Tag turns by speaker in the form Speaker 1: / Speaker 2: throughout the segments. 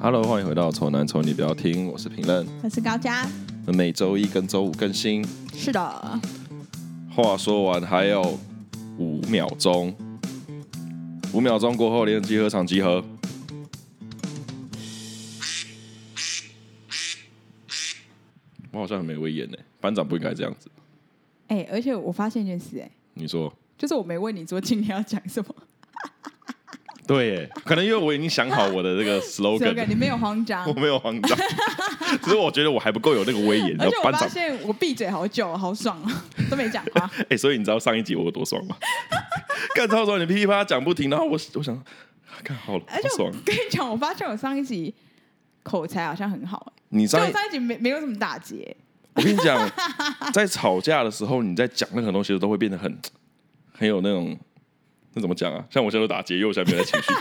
Speaker 1: Hello，欢迎回到《丑男丑女》，不要听，我是评论。
Speaker 2: 我是高嘉。
Speaker 1: 那每周一跟周五更新。
Speaker 2: 是的，
Speaker 1: 话说完还有五秒钟，五秒钟过后，联合集合场集合。我好像很没威严呢，欸班长不应该这样子。
Speaker 2: 哎、而且我发现一件事、哎，
Speaker 1: 你说
Speaker 2: 就是我没问你说今天要讲什么，
Speaker 1: 对耶？可能因为我已经想好我的这个
Speaker 2: 这个
Speaker 1: slogan，
Speaker 2: 你没有慌张
Speaker 1: 我。没有慌张， 只是我觉得我还不够有那个威严。然
Speaker 2: 而且
Speaker 1: 后
Speaker 2: 我
Speaker 1: 班
Speaker 2: 发
Speaker 1: 长，
Speaker 2: 现我闭嘴好久，好爽啊，都没讲 话。
Speaker 1: 哎、所以你知道上一集我有多爽吗？ 干超爽，你噼里啪啦讲不停，然后我我想，干好了，好
Speaker 2: 而且我
Speaker 1: 爽。
Speaker 2: 跟你讲，我发现我上一集口才好像很好、
Speaker 1: 你
Speaker 2: 哎，就
Speaker 1: 上
Speaker 2: 我
Speaker 1: 一，
Speaker 2: 上一集没没有什么打结，
Speaker 1: 我跟你讲， 在吵架的时候，你在讲任何东西都会变得很很有那种，那怎么讲啊？像我现在都打结，因为我现在没有在情 绪。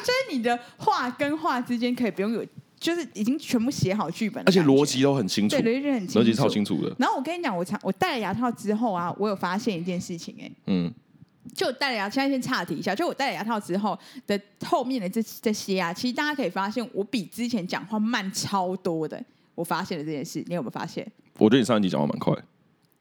Speaker 2: 就是你的话跟话之间可以不用有，就是已经全部写好剧本的
Speaker 1: 而
Speaker 2: 感觉，
Speaker 1: 且逻辑都很清楚
Speaker 2: 对，逻辑很
Speaker 1: 逻辑超
Speaker 2: 楚。
Speaker 1: 清楚的。
Speaker 2: 然后我跟你讲，我常我戴了牙套之后啊，我有发现一件事情、哎。
Speaker 1: 嗯，
Speaker 2: 就我戴了牙，现在先岔题一下，就我戴了牙套之后的后面的这这些啊，其实大家可以发现，我比之前讲话慢超多的。我发现了这件事，你有没有发现？
Speaker 1: 我觉得你上一集讲话蛮快，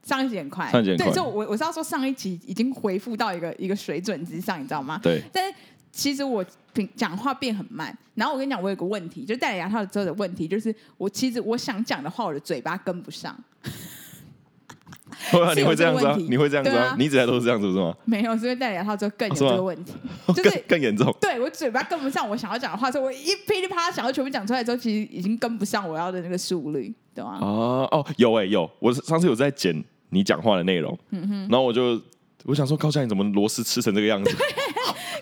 Speaker 2: 上一集很快，
Speaker 1: 上一集很快
Speaker 2: 对，就我我是要说上一集已经恢复到一个一个水准之上，你知道吗？
Speaker 1: 对，
Speaker 2: 但是其实我平讲话变很慢，然后我跟你讲，我有个问题，就戴了牙套之后的问题，就是我其实我想讲的话，我的嘴巴跟不上。
Speaker 1: 对啊，
Speaker 2: 是
Speaker 1: 你
Speaker 2: 有
Speaker 1: 会这
Speaker 2: 这个
Speaker 1: 样子啊
Speaker 2: 问？题
Speaker 1: 你会这样子
Speaker 2: 对
Speaker 1: 啊
Speaker 2: 啊？
Speaker 1: 你一直以来都是这样子，不是吗？
Speaker 2: 没有，是因为戴了牙套之后更有
Speaker 1: 啊是吗
Speaker 2: 这个问题，就是
Speaker 1: 更更严重。
Speaker 2: 对我嘴巴跟不上我想要讲的话，所以我一噼里啪啦想要全部讲出来之后，其实已经跟不上我要的那个速率，懂吗？
Speaker 1: 哦哦，有哎、有，我上次有在剪你讲话的内容，
Speaker 2: 嗯
Speaker 1: 然后我就我想说高嘉你怎么螺丝吃成这个 样子？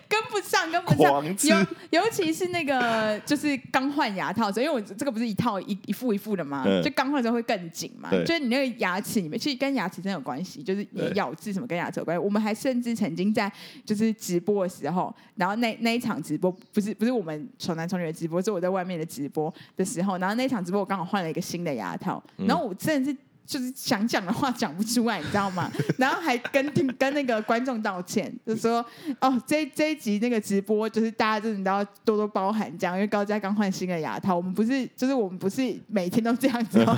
Speaker 2: 跟不上，跟不上
Speaker 1: 狂。吃
Speaker 2: 尤尤其是那个就是刚换牙套的时候，因为我这个不是一套一一副一副的嘛，
Speaker 1: 嗯
Speaker 2: 就刚换的时候会更紧嘛，
Speaker 1: 对
Speaker 2: 就是你那个牙齿里面，其实跟牙齿真的有关系，就是你
Speaker 1: 对
Speaker 2: 咬字什么跟牙齿有关系。我们还甚至曾经在就是直播的时候，然后那那一场直播不是不是我们丑男丑女的直播，是我在外面的直播的时候，然后那一场直播我刚好换了一个新的牙套，
Speaker 1: 嗯
Speaker 2: 然后我真的是。就是想讲的话讲不出来，你知道吗？然后还跟听跟那个观众道歉，就说哦，这这一集那个直播就是大家真的都要多多包涵，这样，因为高嘉刚换新的牙套，我们不是就是我们不是每天都这样子、 哦，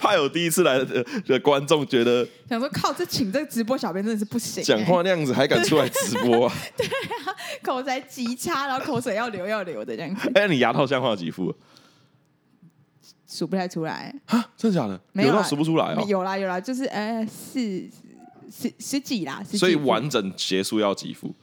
Speaker 1: 怕有第一次来的的观众觉得
Speaker 2: 想说靠，这请这个直播小编真的是不行、
Speaker 1: 讲话那样子还敢出来直播、啊，
Speaker 2: 哎口才极差，然后口水要流要流的这样子，
Speaker 1: 哎、你牙套现在换了几副？
Speaker 2: 数不太出来，
Speaker 1: 真的假的？
Speaker 2: 没有啊
Speaker 1: 到数不出来哦。
Speaker 2: 有啦有啦，就是呃四十十几啦，十几
Speaker 1: 所以完整结束要几副？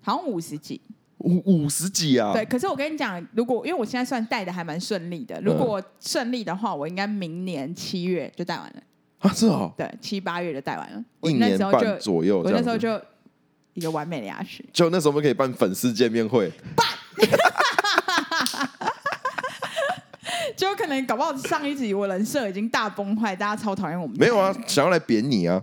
Speaker 2: 好像五十几，
Speaker 1: 五五十几啊？
Speaker 2: 对，可是我跟你讲，如果因为我现在算戴的还蛮顺利的，
Speaker 1: 嗯
Speaker 2: 如果顺利的话，我应该明年七月就戴完了，
Speaker 1: 啊，是哦，
Speaker 2: 对，七八月就戴完了。我
Speaker 1: 一
Speaker 2: 那
Speaker 1: 年
Speaker 2: 时候
Speaker 1: 半
Speaker 2: 就，
Speaker 1: 左右
Speaker 2: 我
Speaker 1: 这样
Speaker 2: 那
Speaker 1: 子。
Speaker 2: 时候就一个完美的牙齿，
Speaker 1: 就那时候我们可以办粉丝见面会，
Speaker 2: 结果可能搞不好上一集我人设已经大崩坏，大家超讨厌我们。
Speaker 3: 没有啊，想要来扁你啊！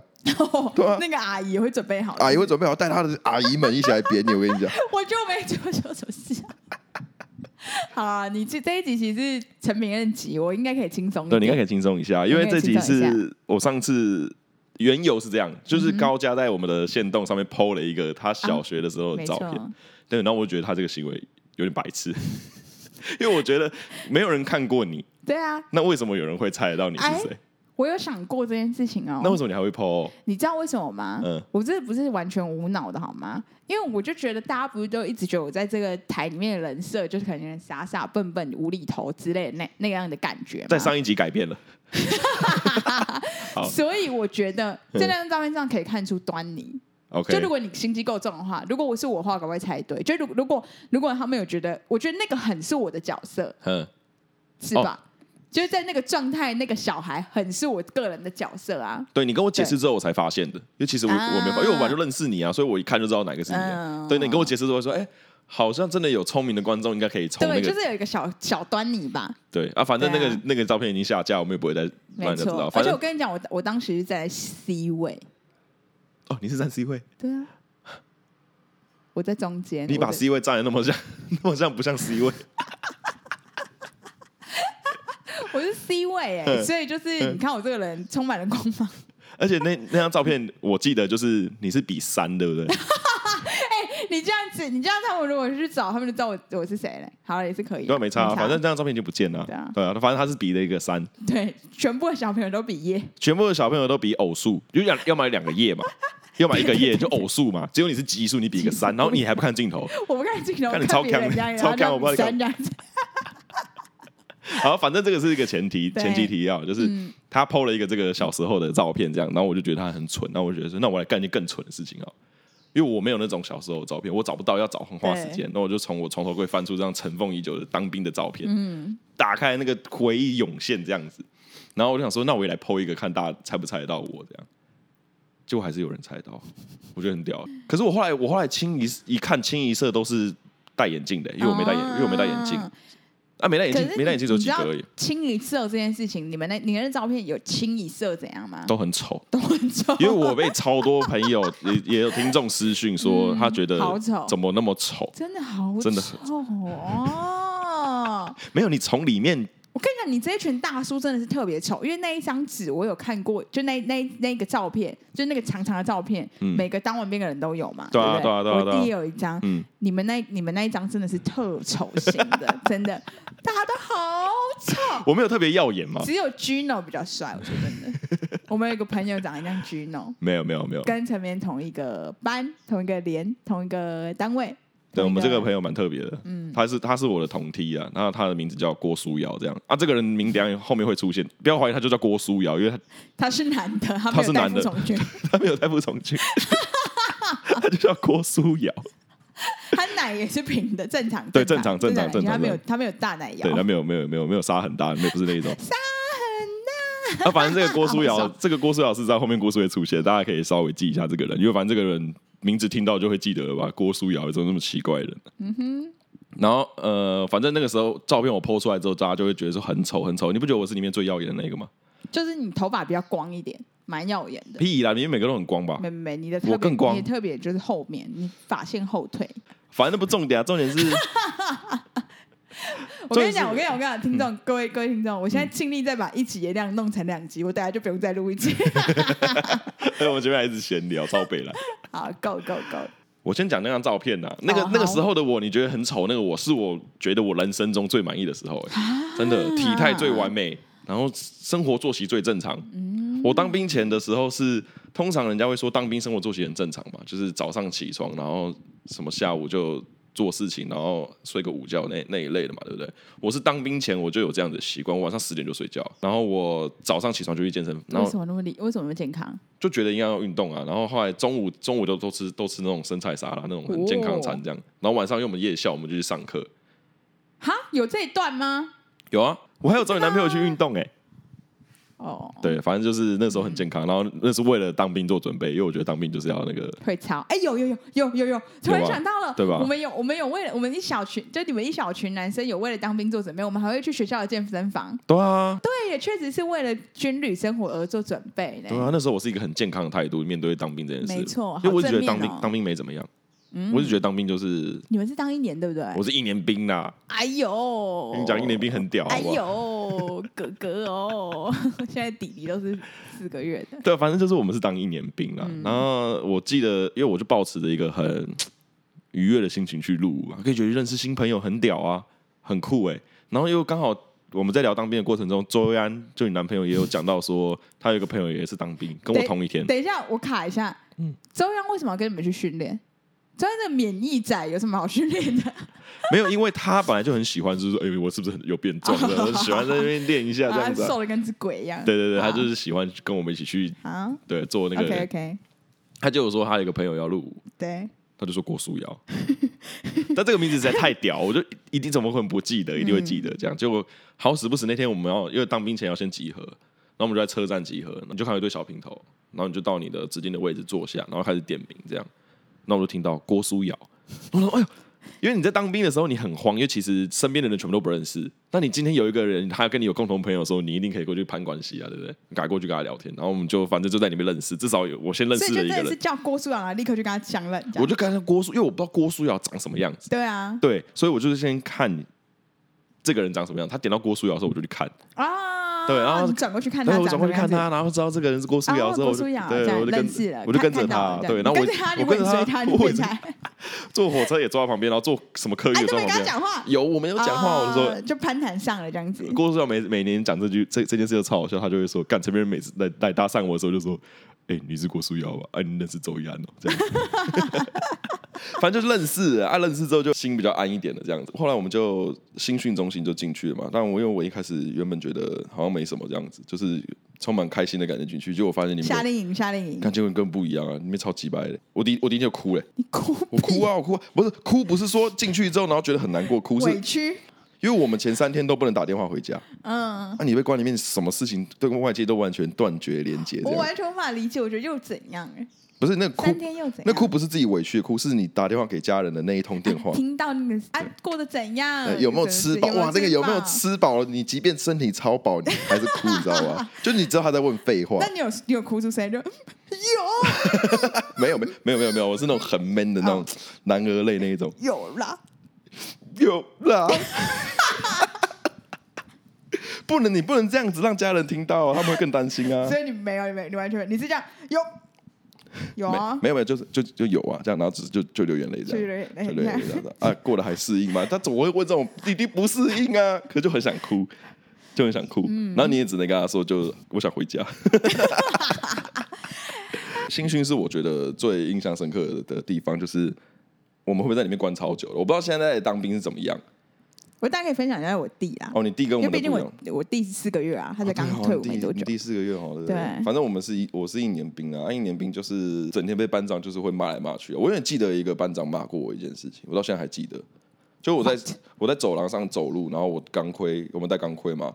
Speaker 3: 对啊
Speaker 2: 那个阿姨也会准备好，
Speaker 3: 阿姨会准备好带她的阿姨们一起来扁你。我跟你讲，
Speaker 2: 我就没做错什么事。啊好啊，你这这一集其实是陈明恩集，我应该可以轻松一
Speaker 1: 对，
Speaker 2: 点。
Speaker 1: 你应该可以轻松一下，因为这集
Speaker 2: 我可以轻
Speaker 1: 是我上次缘由是这样，就是高嘉在我们的线动上面 PO 了一个他小学的时候的
Speaker 2: 没
Speaker 1: 照片，
Speaker 2: 错，
Speaker 1: 对，然后我就觉得他这个行为有点白痴， 因为我觉得没有人看过你，
Speaker 2: 对啊，
Speaker 1: 那为什么有人会猜得到你是
Speaker 2: 哎
Speaker 1: 谁？
Speaker 2: 我有想过这件事情哦。
Speaker 1: 那为什么你还会 PO？
Speaker 2: 你知道为什么吗？
Speaker 1: 嗯
Speaker 2: 我这不是完全无脑的好吗？因为我就觉得大家不是都一直觉得我在这个台里面的人设就是可能傻傻笨笨、无厘头之类的那那样的感觉嘛。
Speaker 1: 在上一集改变了，好嗯
Speaker 2: 所以我觉得这张照片上可以看出端倪。
Speaker 1: OK，
Speaker 2: 就如果你心机够重的话，如果我是我的话，搞不好会猜对。就如如果如果他们有觉得，我觉得那个很是我的角色，
Speaker 1: 嗯，
Speaker 2: 是吧？
Speaker 1: 哦
Speaker 2: 就是在那个状态，那个小孩很是我个人的角色啊。
Speaker 1: 对你跟我解释之后，我才发现的，因为其实我、
Speaker 2: 啊
Speaker 1: 我没有发，因为我本来就认识你啊，所以我一看就知道哪个是你、啊。
Speaker 2: 嗯
Speaker 1: 对，你跟我解释之后说，哎、好像真的有聪明的观众应该可以从那
Speaker 2: 对，
Speaker 1: 个
Speaker 2: 就是有一个小小端倪吧。
Speaker 1: 对啊，反正那
Speaker 2: 对啊
Speaker 1: 个、那个照片已经下架，我们也不会再让
Speaker 2: 没
Speaker 1: 人家知道。
Speaker 2: 错，
Speaker 1: 反
Speaker 2: 而且
Speaker 1: 正
Speaker 2: 我跟你讲，我我当时是在 C 位，
Speaker 1: 哦，你是站 C 位，
Speaker 2: 对啊，我在中间。
Speaker 1: 你
Speaker 2: 哎我
Speaker 1: 把
Speaker 2: 在
Speaker 1: C 位站的那么像， 那么像不像 C 位？
Speaker 2: 我是 C 位哎、
Speaker 1: 嗯
Speaker 2: 所以就是你看我这个人充满了光芒。
Speaker 1: 而且那那张照片，我记得就是你是比三，对不对？
Speaker 2: 你这样只你这样，他们如果去找，他们就知道我我是谁了。好了，也是可以啊，
Speaker 1: 对啊，没差啊，反正这张照片已经不见了
Speaker 2: 对啊
Speaker 1: 啊。对啊，反正他是比了一个三，
Speaker 2: 对，全部的小朋友都毕业，
Speaker 1: 全部的小朋友都比偶数，就要要买两个叶嘛，要买一个叶就偶数嘛，只有你是奇数，你比个三，然后你还不看镜头，
Speaker 2: 我不看镜头，
Speaker 1: 看
Speaker 2: 我
Speaker 1: 你超
Speaker 2: 别人
Speaker 1: 强
Speaker 2: 这样，
Speaker 1: 超强
Speaker 2: 然后
Speaker 1: 我不知道
Speaker 2: 这样子
Speaker 1: 好，反正这个是一个前提，
Speaker 2: 对嗯
Speaker 1: 前提提要就是他 PO 了一个这个小时候的照片，这样，然后我就觉得他很蠢，那我就觉得说，那我来干一件更蠢的事情啊，因为我没有那种小时候的照片，我找不到，要找很花时间，那我就从我床头柜翻出这张尘封已久的当兵的照片，
Speaker 2: 嗯
Speaker 1: 打开那个回忆涌现这样子，然后我就想说，那我也来 PO 一个，看大家猜不猜得到我这样。结果还是有人猜到，我觉得很屌。可是我后来，我后来清一一看清一色都是戴眼镜的，因为我没戴眼，因为我没戴眼镜
Speaker 2: 啊
Speaker 1: 啊，没戴眼
Speaker 2: 可
Speaker 1: 镜
Speaker 2: 是，
Speaker 1: 没戴眼镜只有
Speaker 2: 你
Speaker 1: 几
Speaker 2: 知
Speaker 1: 个
Speaker 2: 道
Speaker 1: 而已。
Speaker 2: 清一色这件事情，你们那你那照片有清一色怎样吗？
Speaker 1: 都很丑，
Speaker 2: 都很丑，
Speaker 1: 因为我被超多朋友 也也有听众私讯说，他觉得
Speaker 2: 嗯好丑
Speaker 1: 怎么那么丑？
Speaker 2: 真的好
Speaker 1: 真的
Speaker 2: 丑 哦。
Speaker 1: 没有，你从里面
Speaker 2: 我跟你讲，你这一群大叔真的是特别丑，因为那一张纸我有看过，就那那那个照片，就那个长长的照片，每个当完兵的人都有嘛。
Speaker 1: 嗯对
Speaker 2: 对
Speaker 1: 啊
Speaker 2: 不
Speaker 1: 对啊对啊对啊
Speaker 2: 我弟有一张，
Speaker 1: 嗯
Speaker 2: 你们那你们那一张真的是特丑型的，真的， 大家都好丑。
Speaker 1: 我没有特别耀眼嘛，
Speaker 2: 只有 Gino 比较帅，我说 真的。我们有一个朋友长得像 Gino，
Speaker 1: 没有没有没有。
Speaker 2: 跟陈明同一个班、同一个连、同一个单位。
Speaker 1: 对
Speaker 2: 同
Speaker 1: 我
Speaker 2: 一
Speaker 1: 们这个朋友蛮特别的，
Speaker 2: 嗯
Speaker 1: 他是他是我的同梯啊，然后他的名字叫郭书瑶，这样啊，这个人名等一下后面会出现，不要怀疑他就叫郭书瑶，因为他
Speaker 2: 他是男的，他
Speaker 1: 他
Speaker 2: 没
Speaker 1: 是
Speaker 2: 有带
Speaker 1: 男
Speaker 2: 服
Speaker 1: 的
Speaker 2: 从军，
Speaker 1: 他没有带服从军， 他就叫郭书瑶，
Speaker 2: 他奶也是平的，正常。
Speaker 1: 对
Speaker 2: 正
Speaker 1: 正常正常
Speaker 2: 他没有
Speaker 1: 正
Speaker 2: 他没有大奶
Speaker 1: 对
Speaker 2: 腰，
Speaker 1: 他没有没有没有没有杀很大，没有不是那一种，
Speaker 2: 沙 很
Speaker 1: 那、啊反正这个郭书
Speaker 2: 好
Speaker 1: 瑶
Speaker 2: 爽，
Speaker 1: 这个郭书瑶是在后面郭书会出现，大家可以稍微记一下这个人，因为反正这个人名字听到就会记得了吧？郭书瑶怎么那么奇怪的人？嗯哼。然后呃，反正那个时候照片我剖出来之后，大家就会觉得说很丑很丑。你不觉得我是里面最耀眼的那个吗？
Speaker 2: 就是你头发比较光一点，蛮耀眼的。
Speaker 1: 屁啦，你们每个都很光吧？
Speaker 2: 没没没，你的特
Speaker 1: 哦我
Speaker 2: 别
Speaker 1: 更光
Speaker 2: 你的特别就是后面，你发线后退。
Speaker 1: 反正那不重点啊，重点是
Speaker 2: 我跟你讲，我跟你讲，我跟你讲，听众、各位各位听众，我现在尽力再把一集也量弄成两集，我等下就不用再录一 集。
Speaker 1: 哎我们前面还一直闲聊，超北啦。
Speaker 2: 好，Go Go Go！
Speaker 1: 我先讲那张照片呐、那个、
Speaker 2: 哦
Speaker 1: 那个
Speaker 2: 好
Speaker 1: 时候的我，你觉得很丑，那个我是我觉得我人生中最满意的时候、欸
Speaker 2: 啊
Speaker 1: 真的体态最完美，然后生活作息最正常。
Speaker 2: 嗯
Speaker 1: 我当兵前的时候是，通常人家会说当兵生活作息很正常嘛，就是早上起床，然后什么下午就做事情，然后睡个午觉那那一类的嘛，对不对？我是当兵前我就有这样的习惯，我晚上十点就睡觉，然后我早上起床就去健身，然
Speaker 2: 为
Speaker 1: 后
Speaker 2: 什么那么理？为什么那么健康？
Speaker 1: 就觉得应该要运动啊，然后后来中午中午都都吃都吃那种生菜沙拉那种很健康的餐这样，然后晚上因为我们夜校我们就去上课，
Speaker 2: 哈，有这一段吗？
Speaker 1: 有啊，我还有找你男朋友去运动哎、
Speaker 2: 哦，
Speaker 1: 对，反正就是那时候很健康，然后那是为了当兵做准备，因为我觉得当兵就是要那个
Speaker 2: 会超哎，有有有有有有，突然
Speaker 1: 有吧
Speaker 2: 想到了，
Speaker 1: 对吧
Speaker 2: 我们有我们有为了我们一小群，就你们一小群男生有为了当兵做准备，我们还会去学校的健身房，
Speaker 1: 对啊
Speaker 2: 对，也确实是为了军旅生活而做准备呢。
Speaker 1: 对啊，那时候我是一个很健康的态度面对当兵这件事，
Speaker 2: 没错
Speaker 1: 因为
Speaker 2: 好
Speaker 1: 我就觉得
Speaker 2: 正
Speaker 1: 当
Speaker 2: 面
Speaker 1: 兵、
Speaker 2: 哦
Speaker 1: 当兵没怎么样，我就觉得当兵就是
Speaker 2: 你们是当一年对不对？
Speaker 1: 我是一年兵啦，
Speaker 2: 哎呦，
Speaker 1: 跟你讲一年兵很屌，好
Speaker 2: 哎
Speaker 1: 不好？
Speaker 2: 呦，哥哥哦， 现在弟弟都是四个月的，
Speaker 1: 对，反正就是我们是当一年兵啦。
Speaker 2: 嗯
Speaker 1: 然后我记得，因为我就抱持着一个很愉悦的心情去录啊嘛，可以觉得认识新朋友很屌啊，很酷哎、然后又刚好我们在聊当兵的过程中，周薇安就你男朋友也有讲到说，他有一个朋友也是当兵，跟我
Speaker 2: 对
Speaker 1: 同一天。
Speaker 2: 等一下，我卡一下。周央为什么要跟你们去训练？周央的免疫仔有什么好训 练的？
Speaker 1: 没有，因为他本来就很喜欢，就是说哎、我是不是很有变壮？然后喜欢在那边练一下这样
Speaker 2: 哦 啊
Speaker 1: 子、啊。
Speaker 2: 瘦的跟只鬼一样。
Speaker 1: 对对对，
Speaker 2: 好
Speaker 1: 他就是喜欢跟我们一起去
Speaker 2: 啊。
Speaker 1: 对做那个。
Speaker 2: OK OK，
Speaker 1: 他就有说他有一个朋友要入伍，
Speaker 2: 对，
Speaker 1: 他就说郭书瑶，但这个名字实在太屌，我就一一定怎么可能不记得，一定会记得。这样结果好死不死那天我们要因为当兵前要先集合，然后我们就在车站集合，你就看到一堆小平头，然后你就到你的指定的位置坐下，然后开始点名这样，那我就听到郭书瑶，我说哎呦。因为你在当兵的时候，你很慌，因为其实身边的人全部都不认识。那你今天有一个人，他跟你有共同朋友的时候，你一定可以过去攀关系啊，对不对？你赶快过去跟他聊天，然后我们就反正就在里面认识，至少有我先认
Speaker 2: 所以
Speaker 1: 识
Speaker 2: 就
Speaker 1: 了
Speaker 2: 真
Speaker 1: 一个
Speaker 2: 的
Speaker 1: 人
Speaker 2: 是。叫郭书阳啊，立刻去跟他相认。这样
Speaker 1: 我就看他郭书，因为我不知道郭书瑶长什么样子，
Speaker 2: 对啊
Speaker 1: 对，所以我就是先看这个人长什么样。他点到郭书瑶的时候，我就去看，
Speaker 2: 啊，
Speaker 1: 对，然
Speaker 2: 啊
Speaker 1: 后
Speaker 2: 你转过去看他
Speaker 1: 对，
Speaker 2: 长
Speaker 1: 我
Speaker 2: 什
Speaker 1: 转
Speaker 2: 么
Speaker 1: 过去看
Speaker 2: 样子，
Speaker 1: 他，然后知道这个人是郭书瑶
Speaker 2: 哦
Speaker 1: 之后，我
Speaker 2: 郭
Speaker 1: 就
Speaker 2: 书瑶
Speaker 1: 对，
Speaker 2: 这样
Speaker 1: 我就
Speaker 2: 认识了
Speaker 1: 跟我就
Speaker 2: 看
Speaker 1: 跟着
Speaker 2: 看到
Speaker 1: 他
Speaker 2: 了，这样
Speaker 1: 对，然后
Speaker 2: 你
Speaker 1: 我
Speaker 2: 跟着他你
Speaker 1: 我跟着
Speaker 2: 尾随他你
Speaker 1: 我
Speaker 2: 尾随他
Speaker 1: 坐火车也坐在旁边，然后坐什么客运
Speaker 2: 哎，
Speaker 1: 也
Speaker 2: 你都
Speaker 1: 坐
Speaker 2: 没
Speaker 1: 在
Speaker 2: 跟他
Speaker 1: 旁边。
Speaker 2: 讲话，
Speaker 1: 有我没有讲话，我就
Speaker 2: 哦
Speaker 1: 说
Speaker 2: 就攀谈上了这样子。
Speaker 1: 郭书瑶每每年讲这句这这件事就超好笑，他就会说，干陈别人每次来来搭讪我的时候就说，哎、你是郭书瑶吧？哎、你认识周一安哦，这样子， 反正就是认识了啊，认识之后就心比较安一点了，这样子。后来我们就新训中心就进去了嘛，但我因为我一开始原本觉得好像没什么这样子，就是充满开心的感觉进去，结果我发现你
Speaker 2: 夏
Speaker 1: 们。
Speaker 2: 令营，夏令营，
Speaker 1: 看结果更不一样啊！里面超级白的，我第一我第一天就哭嘞，
Speaker 2: 你哭
Speaker 1: 我哭啊我哭啊，不是哭不是说进去之后然后觉得很难过，哭是
Speaker 2: 委屈，
Speaker 1: 因为我们前三天都不能打电话回家，
Speaker 2: 嗯，
Speaker 1: 啊那、你被关里面，什么事情对外界都完全断绝连接，这
Speaker 2: 我
Speaker 1: 样
Speaker 2: 完全无法理解，我觉得又怎样？哎，
Speaker 1: 不是那个哭
Speaker 2: 三，啊天又怎样？
Speaker 1: 那哭不是自己委屈的哭，是你打电话给家人的那一通电话，
Speaker 2: 听到那个啊，过得怎
Speaker 1: 呃
Speaker 2: 样？
Speaker 1: 有没有吃饱？哇，那个有没有？吃饱？你即便身体超饱，你还是哭，你知道吗？ 就你知道他在问废话
Speaker 2: 那，你有你有哭出声就有
Speaker 1: 没有没有没有没有没有，我是那种很 man 的那
Speaker 2: 哦
Speaker 1: 种 男儿泪那一种，
Speaker 2: 有啦，
Speaker 1: 有 啦。 不能，你不能这样子让家人听到、啊，他们会更担心 啊。
Speaker 2: 所以你没有，你没，你完全没有你是这样有有
Speaker 1: 没
Speaker 2: 啊，
Speaker 1: 没有没有，就是就就有啊，这样，然后只就就流眼泪这
Speaker 2: 就
Speaker 1: 样，
Speaker 2: 流眼泪哎
Speaker 1: 就流眼泪这样子啊，过得还适应吗？他总会问这种弟弟不适应啊，可就很想哭，就很想哭，
Speaker 2: 嗯
Speaker 1: 然后你也只能跟他说，就我想回 家。新训是我觉得最印象深刻的地方，就是我们会不会在里面关超久了？我不知道现在当兵是怎么样。
Speaker 2: 我大概可以分享一下我弟啊，
Speaker 1: 哦，你弟跟
Speaker 2: 因
Speaker 1: 我
Speaker 2: 为
Speaker 1: 们的
Speaker 2: 毕竟
Speaker 1: 不一
Speaker 2: 我
Speaker 1: 样。
Speaker 2: 我弟是四个月啊，他
Speaker 1: 他
Speaker 2: 才刚退伍没多久，
Speaker 1: 第四个月哦好了。
Speaker 2: 对
Speaker 1: 反正我们是一我是一年兵啊，啊一年兵就是整天被班长就是会骂来骂去。啊我永远记得一个班长骂过我一件事情，我到现在还记得。就我在我在走廊上走路，然后我钢盔，我们戴钢盔嘛，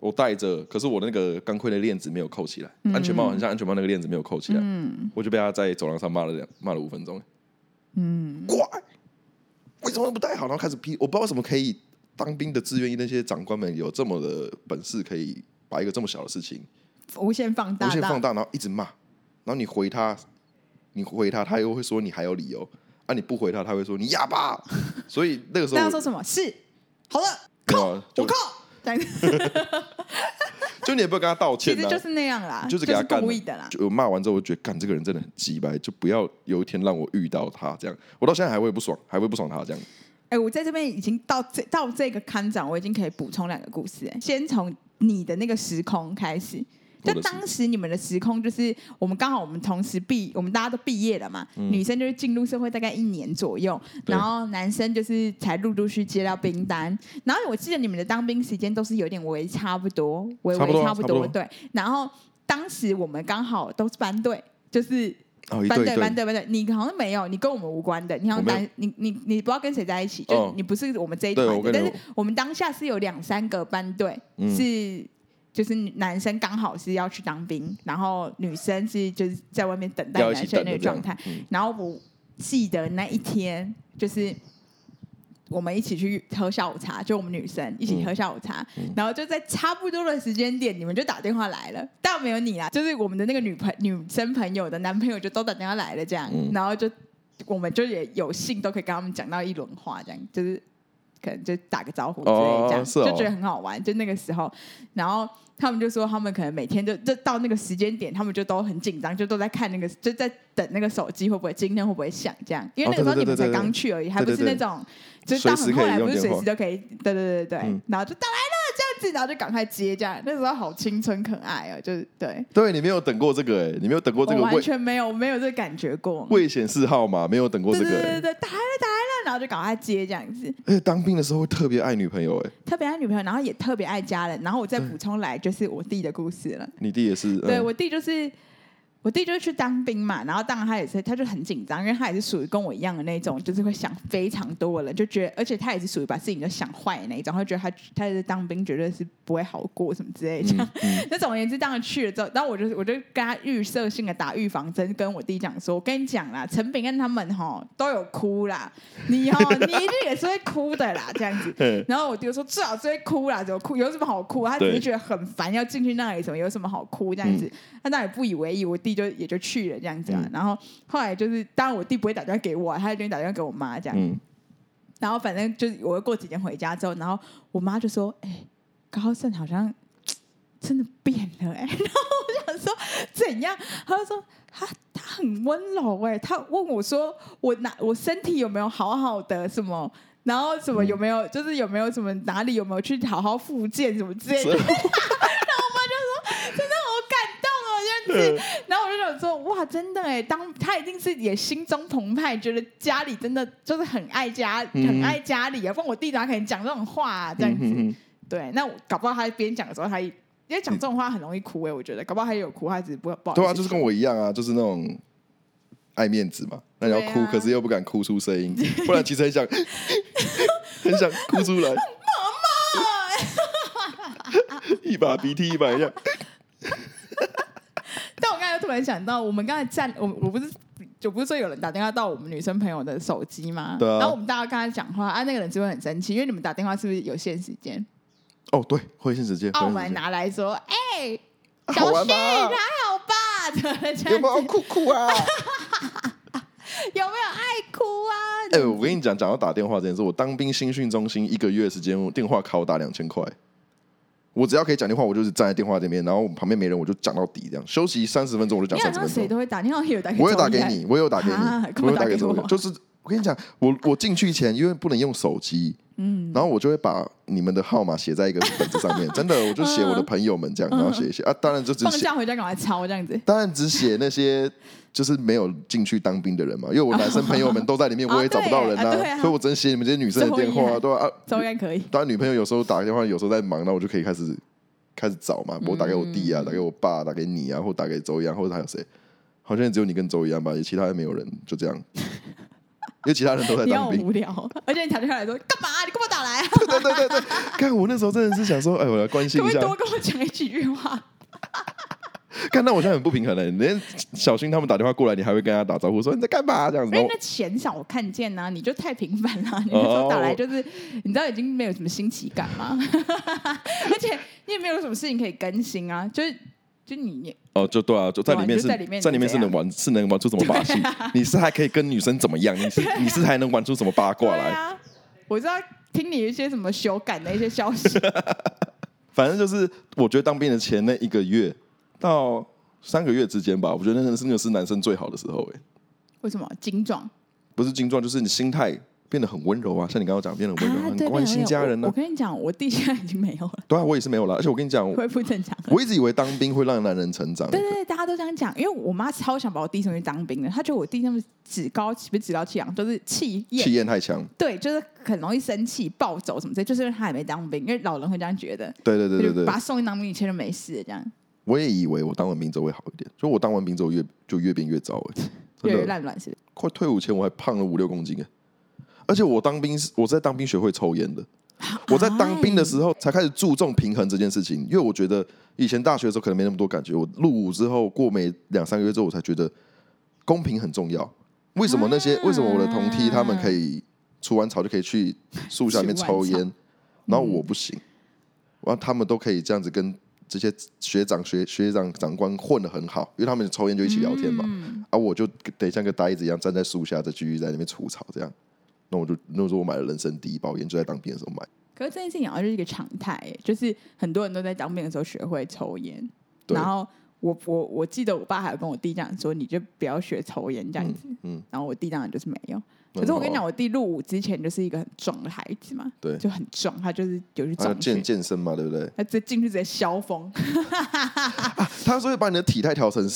Speaker 1: 我戴着，可是我那个钢盔的链子没有扣起来，安全帽很像安全帽那个链子没有扣起来，我就被他在走廊上骂了两骂了五分钟。嗯，怪，为什么不戴好？然后开始批，我不知道为什么可以当兵的志愿役那些长官们有这么的本事，可以把一个这么小的事情
Speaker 2: 无限放大，
Speaker 1: 无限放
Speaker 2: 大，
Speaker 1: 大，然后一直骂，然后你回他，你回他，他又会说你还有理由啊！你不回他，他会说你哑 巴。所以那个时
Speaker 2: 那
Speaker 1: 候
Speaker 2: 要
Speaker 1: 我
Speaker 2: 说什么？是好了，
Speaker 1: 没有啊，
Speaker 2: 我
Speaker 1: 就
Speaker 2: 靠，这样
Speaker 1: 就你也不会跟他道
Speaker 2: 其
Speaker 1: 歉
Speaker 2: 实
Speaker 1: 啊，
Speaker 2: 就是那样啦，
Speaker 1: 就是给他干
Speaker 2: 故意的啦。
Speaker 1: 就我骂完之后，我就觉得干这个人真的很鸡掰，就不要有一天让我遇到他这样。我到现在还会不爽，还会不爽他这样。
Speaker 2: 哎、我在这边已经到这到这个刊长，我已经可以补充两个故事、哎，先从你的那个时空开始。
Speaker 1: 我
Speaker 2: 就
Speaker 1: 的时
Speaker 2: 当时你们的时空就是我们刚好我们同时毕，我们大家都毕业了嘛，女生就是进入社会大概一年左右，
Speaker 1: 嗯对
Speaker 2: 然后男生就是才陆陆续接到兵单。然后我记得你们的当兵时间都是有点微差不多，微微
Speaker 1: 差不多啊差
Speaker 2: 不
Speaker 1: 不
Speaker 2: 多
Speaker 1: 多
Speaker 2: 对。然后当时我们刚好都是班队，就是
Speaker 1: 哦，一
Speaker 2: 班
Speaker 1: 对
Speaker 2: 对
Speaker 1: 一
Speaker 2: 班
Speaker 1: 对，
Speaker 2: 对班对，你好像没有，你跟我们无关的，你好像
Speaker 1: 我没有
Speaker 2: 单你你你不知道跟谁在一起，就
Speaker 1: 哦
Speaker 2: 是你不是我们这一
Speaker 1: 对
Speaker 2: 团
Speaker 1: 我
Speaker 2: 的，
Speaker 1: 跟
Speaker 2: 但
Speaker 1: 你
Speaker 2: 是我们当下是有两三个班队、
Speaker 1: 嗯
Speaker 2: 是。就是男生刚好是要去当兵，然后女生是就是在外面等待
Speaker 1: 要一
Speaker 2: 男
Speaker 1: 起
Speaker 2: 生
Speaker 1: 等
Speaker 2: 那
Speaker 1: 的
Speaker 2: 个
Speaker 1: 这样
Speaker 2: 状态。。
Speaker 1: 嗯
Speaker 2: 然后我记得那一天就是我们一起去喝下午茶，就我们女生一起喝下午茶，
Speaker 1: 嗯
Speaker 2: 然后就在差不多的时间点，你们就打电话来了，但没有你啦，就是我们的那个女朋女生朋友的男朋友就都打电话来了，这样，
Speaker 1: 嗯
Speaker 2: 然后就我们就也有幸都可以跟他们讲到一轮话，这样就是。可能就打个招呼之类，这样、
Speaker 1: 哦是哦
Speaker 2: 就觉得很好玩。就那个时候，然后他们就说，他们可能每天就就到那个时间点，他们就都很紧张，就都在看那个，就在等那个手机会不会今天会不会响这样。因为那个时候
Speaker 1: 哦对
Speaker 2: 你
Speaker 1: 对对
Speaker 2: 们才
Speaker 1: 对对
Speaker 2: 刚去而已，还不是
Speaker 1: 对
Speaker 2: 那
Speaker 1: 对对
Speaker 2: 种，就是到很
Speaker 1: 随时
Speaker 2: 后
Speaker 1: 可以
Speaker 2: 来不
Speaker 1: 用
Speaker 2: 是随
Speaker 1: 电话
Speaker 2: 时都可以，对对对对对，
Speaker 1: 嗯
Speaker 2: 然后就打来了这样子，然后就赶快接这样。那时候好青春可爱哦，就是对，
Speaker 1: 对你没有等过这个哎、你没有等过这个
Speaker 2: 我完
Speaker 1: 未
Speaker 2: 全没有没有这个感觉过。
Speaker 1: 未显示号码，没有等过
Speaker 2: 对
Speaker 1: 这
Speaker 2: 对
Speaker 1: 个、
Speaker 2: 对对
Speaker 1: 欸。
Speaker 2: 对，打来了打来了，然后就赶快接这样子。
Speaker 1: 而且当兵的时候会特别爱女朋友哎、
Speaker 2: 特别爱女朋友，然后也特别爱家人。然后我再补充来就是我弟的故事了。
Speaker 1: 你弟也是。嗯
Speaker 2: 对我弟就是我弟就是去当兵嘛，然后当然他也是，他就很紧张，因为他也是属于跟我一样的那种，就是会想非常多的人，就觉得，而且他也是属于把自己都想坏的那一种，他就觉得他他在当兵绝对是不会好过什么之类的。这
Speaker 1: 嗯
Speaker 2: 样， 那总而言之，当然去了之后，然后我就我就跟他预设性的打预防针，跟我弟讲说，我跟你讲啦，陈炳跟他们吼都有哭啦，你吼你一定也是会哭的啦，这样子。
Speaker 1: 嗯
Speaker 2: 然后我弟就说：“最好是会哭啦，怎么哭？有什么好哭？他只
Speaker 1: 对
Speaker 2: 是觉得很烦，要进去那里什么，有什么好哭这样子。他当然也不以为意，我弟就也就去了这样子啊。
Speaker 1: 嗯
Speaker 2: 然后后来就是，当然我弟不会打电话给我啊，他就直接打电话给我妈这样。
Speaker 1: 嗯，
Speaker 2: 然后反正就是我又过几天回家之后，然后我妈就说：“哎、高浩胜好像真的变了哎、 然后我想说怎样？他就说他他很温柔哎、他问我说我哪我身体有没有好好的什么？然后什么有没有就是有没有什么哪里有没有去好好复健什么之类的？
Speaker 1: 所
Speaker 2: 然
Speaker 1: 以
Speaker 2: 后我妈就说真的好感动哦这样子，然后我就想说哇真的哎，当他一定是也心中澎湃，觉得家里真的就是很爱家很
Speaker 1: 嗯
Speaker 2: 爱家里啊，不然我弟哪可能讲这种话、啊、 这样
Speaker 1: 嗯
Speaker 2: 子。
Speaker 1: 嗯嗯，
Speaker 2: 对，那我搞不好他边讲的时候，他也因为讲这种话很容易哭哎、我觉得搞不好他也有哭，他只是不不好意思。
Speaker 1: 对啊，就是跟我一样啊，就是那种爱面子嘛，那你要哭，
Speaker 2: 对啊
Speaker 1: 可是又不敢哭出声 音，不然其实很想 很想哭出来， 一把鼻涕一把眼泪，
Speaker 2: 但我刚才又突然想到，我们刚才站，我我不是就不是说有人打电话到我们女生朋友的手机吗？
Speaker 1: 对啊
Speaker 2: 然后我们大家跟他讲话，啊，那个人就会很生气，因为你们打电话是不是有限时间？
Speaker 1: 哦， 对，会限时间，
Speaker 2: 啊，我
Speaker 1: 会
Speaker 2: 们
Speaker 1: 限时间
Speaker 2: 拿来说，哎、
Speaker 1: 好
Speaker 2: 小
Speaker 1: 玩
Speaker 2: 旭
Speaker 1: 吗
Speaker 2: 还 好吧？怎么这样子？
Speaker 1: 有没有酷酷 啊？
Speaker 2: 有没有爱哭啊？
Speaker 1: 哎、我跟你讲，讲到打电话这件事，我当兵新训中心一个月时间，我电话卡我打两千块。我只要可以讲电话，我就是站在电话这边，然后我旁边没人，我就讲到底，这样休息三十分钟我就讲
Speaker 2: 你好
Speaker 1: 三十
Speaker 2: 像
Speaker 1: 分
Speaker 2: 谁
Speaker 1: 钟。
Speaker 2: 都会打，你好像也有 打给，
Speaker 1: 我有打给你，，我有打给你，
Speaker 2: 啊干
Speaker 1: 我
Speaker 2: 嘛
Speaker 1: 有打
Speaker 2: 打给
Speaker 1: 给周
Speaker 2: 我
Speaker 1: 友就是我跟你讲，我我进去前因为不能用手机，
Speaker 2: 嗯，
Speaker 1: 然后我就会把你们的号码写在一个本子上面，真的，我就写我的朋友们这样，然后写一写啊，当然就只
Speaker 2: 嗯放
Speaker 1: 写
Speaker 2: 假回家赶快抄这 样子。
Speaker 1: 当然只写那些就是没有进去当兵的人嘛，因为我男生朋友们都在里面，
Speaker 2: 哦
Speaker 1: 我也找不到人
Speaker 2: 啊对啊
Speaker 1: 所以我只能写你们这些女生的电话，对吧、啊？
Speaker 2: 周应该可以，
Speaker 1: 当然女朋友有时候打个电话，有时候在忙，那我就可以开始开始找
Speaker 2: 嗯
Speaker 1: 嘛，我打给我弟啊，打给我爸，打给你啊，或打给周一安，或者还有谁？好像只有你跟周一安吧，也其他人没有人，就这样， 因为其他人都在
Speaker 2: 你好
Speaker 1: 当兵。
Speaker 2: 无聊， 而且你打电话来说干嘛、你给我打来啊？
Speaker 1: 对对对对，看我那时候真的是想说，哎，我来关心
Speaker 2: 可不
Speaker 1: 一
Speaker 2: 可以
Speaker 1: 下。
Speaker 2: 多跟我讲一句 话？
Speaker 1: 看到我现在很不平衡了、连小新他们打电话过来，你还会跟他打招呼说哎你在干嘛这样子？
Speaker 2: 因
Speaker 1: 然后
Speaker 2: 为那钱少看见呐、你就太频繁 了、你那时候打
Speaker 1: 哦
Speaker 2: 来就是，你知道已经没有什么新奇感嘛， 而且你也没有什么事情可以更新啊，就是就你你
Speaker 1: 哦，就对啊，就在
Speaker 2: 对啊
Speaker 1: 里面
Speaker 2: 就是在里面
Speaker 1: 是
Speaker 2: 怎样
Speaker 1: 能玩是能玩出什么 把戏？你是还可以跟女生怎么样？你是你是还能玩出什么八卦
Speaker 2: 对
Speaker 1: 来？
Speaker 2: 啊，我知道听你一些什么修改的一些消 息，
Speaker 1: 反正就是我觉得当兵的前那一个月到三个月之间吧，我觉得那是那个是男生最好的时候、欸，
Speaker 2: 为什么精壮
Speaker 1: 不是精壮，就是你心态变得很温柔啊，像你刚刚讲变得很温柔，
Speaker 2: 啊对，
Speaker 1: 很关心家人
Speaker 2: 呢、
Speaker 1: 呢、
Speaker 2: 我跟你讲，我弟现在已经没有了，
Speaker 1: 对啊，我也是没有啦，而且我跟你讲，
Speaker 2: 恢复正 常了。
Speaker 1: 我一直以为当兵会让男人成长，
Speaker 2: 对对对，大家都这样讲，因为我妈超想把我弟送去当兵的，她觉得我弟那么趾高气不是趾高气扬，就是气
Speaker 1: 气
Speaker 2: 焰，
Speaker 1: 焰太强。
Speaker 2: 对，就是很容易生气、暴走什么之类，就是因为他还没当兵，因为老人会这样觉得，
Speaker 1: 对对对对
Speaker 2: 就
Speaker 1: 对
Speaker 2: 把，他送去当兵，一切就没事了这样
Speaker 1: 我也以为我当完兵之后会好一点，所以我当完兵之后越就越变越糟、 欸，真
Speaker 2: 越来越
Speaker 1: 的。
Speaker 2: 烂卵是不是
Speaker 1: 快退伍前我还胖了五六公斤哎、而且我当兵是我在当兵学会抽烟的，我在当兵的时候才开始注重平衡这件事情，因为我觉得以前大学的时候可能没那么多感觉，我入伍之后过没两三个月之后，我才觉得公平很重要。为什么那些、
Speaker 2: 啊
Speaker 1: 为什么我的同梯他们可以除完草就可以去树下 面抽
Speaker 2: 除完
Speaker 1: 烟，然后我不行，然后他们都可以这样子跟这些学长学学长长官混得很好，因为他们抽烟就一起聊天嘛。
Speaker 2: 嗯
Speaker 1: 啊，我就得像个呆子一样站在树下，再继续在那边除草这样。那我就那时候我买了人生第一包烟，就在当兵的时候买。
Speaker 2: 可是这件事情好像就是一个常态欸，就是很多人都在当兵的时候学会抽烟，
Speaker 1: 对
Speaker 2: 然后我我我记得我爸还有跟我弟讲说，你就不要学抽烟这样子，
Speaker 1: 嗯，
Speaker 2: 然后我弟当然就是没有。可是我跟你讲，
Speaker 1: 哦，
Speaker 2: 我弟入伍之前就是一个很壮的孩子嘛，
Speaker 1: 对
Speaker 2: 就很壮，他就是有去
Speaker 1: 哦还有
Speaker 2: 壮
Speaker 1: 健
Speaker 2: 训，
Speaker 1: 健身嘛，对不对？
Speaker 2: 他直接进去直接消风，
Speaker 1: 他所以把你的体态调成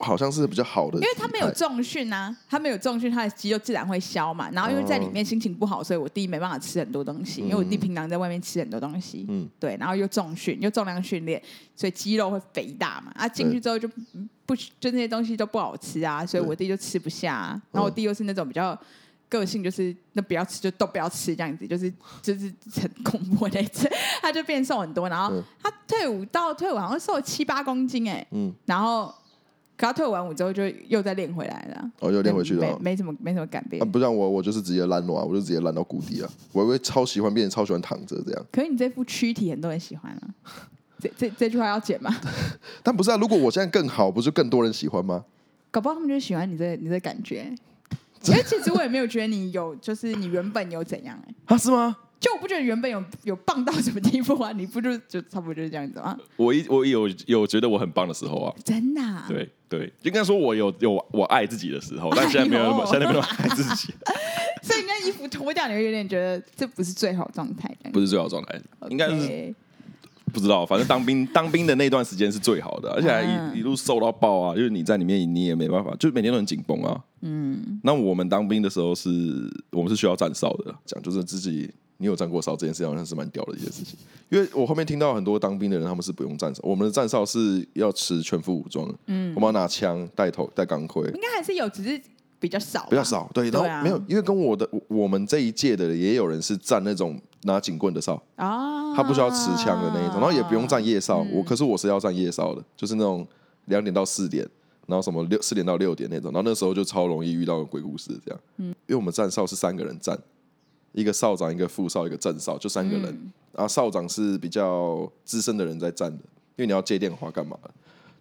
Speaker 1: 好像是比较好的体
Speaker 2: 因
Speaker 1: 态，
Speaker 2: 为他没有重训啊，他没有重训，他的肌肉自然会消嘛。然后因为在里面心情不好，所以我弟没办法吃很多东西，因为我弟平常在外面吃很多东西，
Speaker 1: 嗯
Speaker 2: 对，然后又重训又重量训练，所以肌肉会肥大嘛。啊，进去之后就不就那些东西都不好吃啊，所以
Speaker 1: 对嗯
Speaker 2: 我弟就吃不下、啊。然后我弟又是那种比较。个性就是那不要吃就都不要吃这样子，就是就是很恐怖的那一次，他就变瘦很多，然后
Speaker 1: 嗯
Speaker 2: 他退伍到退伍好像瘦了七八公斤哎、
Speaker 1: 嗯，
Speaker 2: 然后可他退完伍之后就又再练回来了啊，
Speaker 1: 哦，又练回去了
Speaker 2: 没
Speaker 1: 哦。
Speaker 2: 没什么没什么改变
Speaker 1: 啊，。不像我，我就是直接烂卵，我就直接烂到谷底啊！我会超喜欢，变得超喜欢躺着这样。
Speaker 2: 可是你这副躯体很多人喜欢 啊，这这这句话要剪吗？
Speaker 1: 但不是啊，如果我现在更好，不是更多人喜欢吗？
Speaker 2: 搞不好他们就喜欢你这你这感觉。因为其实我也没有觉得你有，就是你原本有怎样哎、
Speaker 1: 啊，是吗？
Speaker 2: 就我不觉得原本有有棒到什么地步啊，你不就就差不多就是这样子吗？
Speaker 4: 我一我有有觉得我很棒的时候啊，
Speaker 2: 真的、啊？
Speaker 4: 对对，应该说我有有我爱自己的时候，但现在没有那么、
Speaker 2: 哎呦
Speaker 4: 呃现在没有那么爱自己，
Speaker 2: 所以你那衣服脱掉，你会有点觉得这不是最好状态，
Speaker 4: 不是最好的状态，
Speaker 2: OK
Speaker 4: 应该是不知道，反正当兵当兵的那段时间是最好的，而且还一、
Speaker 2: 嗯
Speaker 4: 一路瘦到爆啊！就是你在里面，你也没办法，就是每天都很紧绷啊。嗯，那我们当兵的时候是，我们是需要站哨的，讲就是自己。你有站过哨这件事，好像是蛮屌的一件事情。
Speaker 1: 因为我后面听到很多当兵的人，他们是不用站哨，我们的站哨是要持全副武装的，嗯，我们要拿枪、带头、带钢盔，
Speaker 2: 应该还是有，只是比较少，
Speaker 1: 比较。少，对，然
Speaker 2: 对啊
Speaker 1: 后没有，因为跟我的我我们这一届的也有人是站那种拿警棍的哨，
Speaker 2: 啊，嗯
Speaker 1: 他不需要持枪的那一种，然后也不用站夜哨。我可是我是要站夜哨的，就是那种两点到四点，然后什么六四点到六点那种。然后那时候就超容易遇到鬼故事这样。
Speaker 2: 嗯
Speaker 1: 因为我们站哨是三个人站，一个哨长，一个副哨，一个正哨，就三个人。
Speaker 2: 嗯
Speaker 1: 然后哨长是比较资深的人在站的，因为你要接电话干嘛的。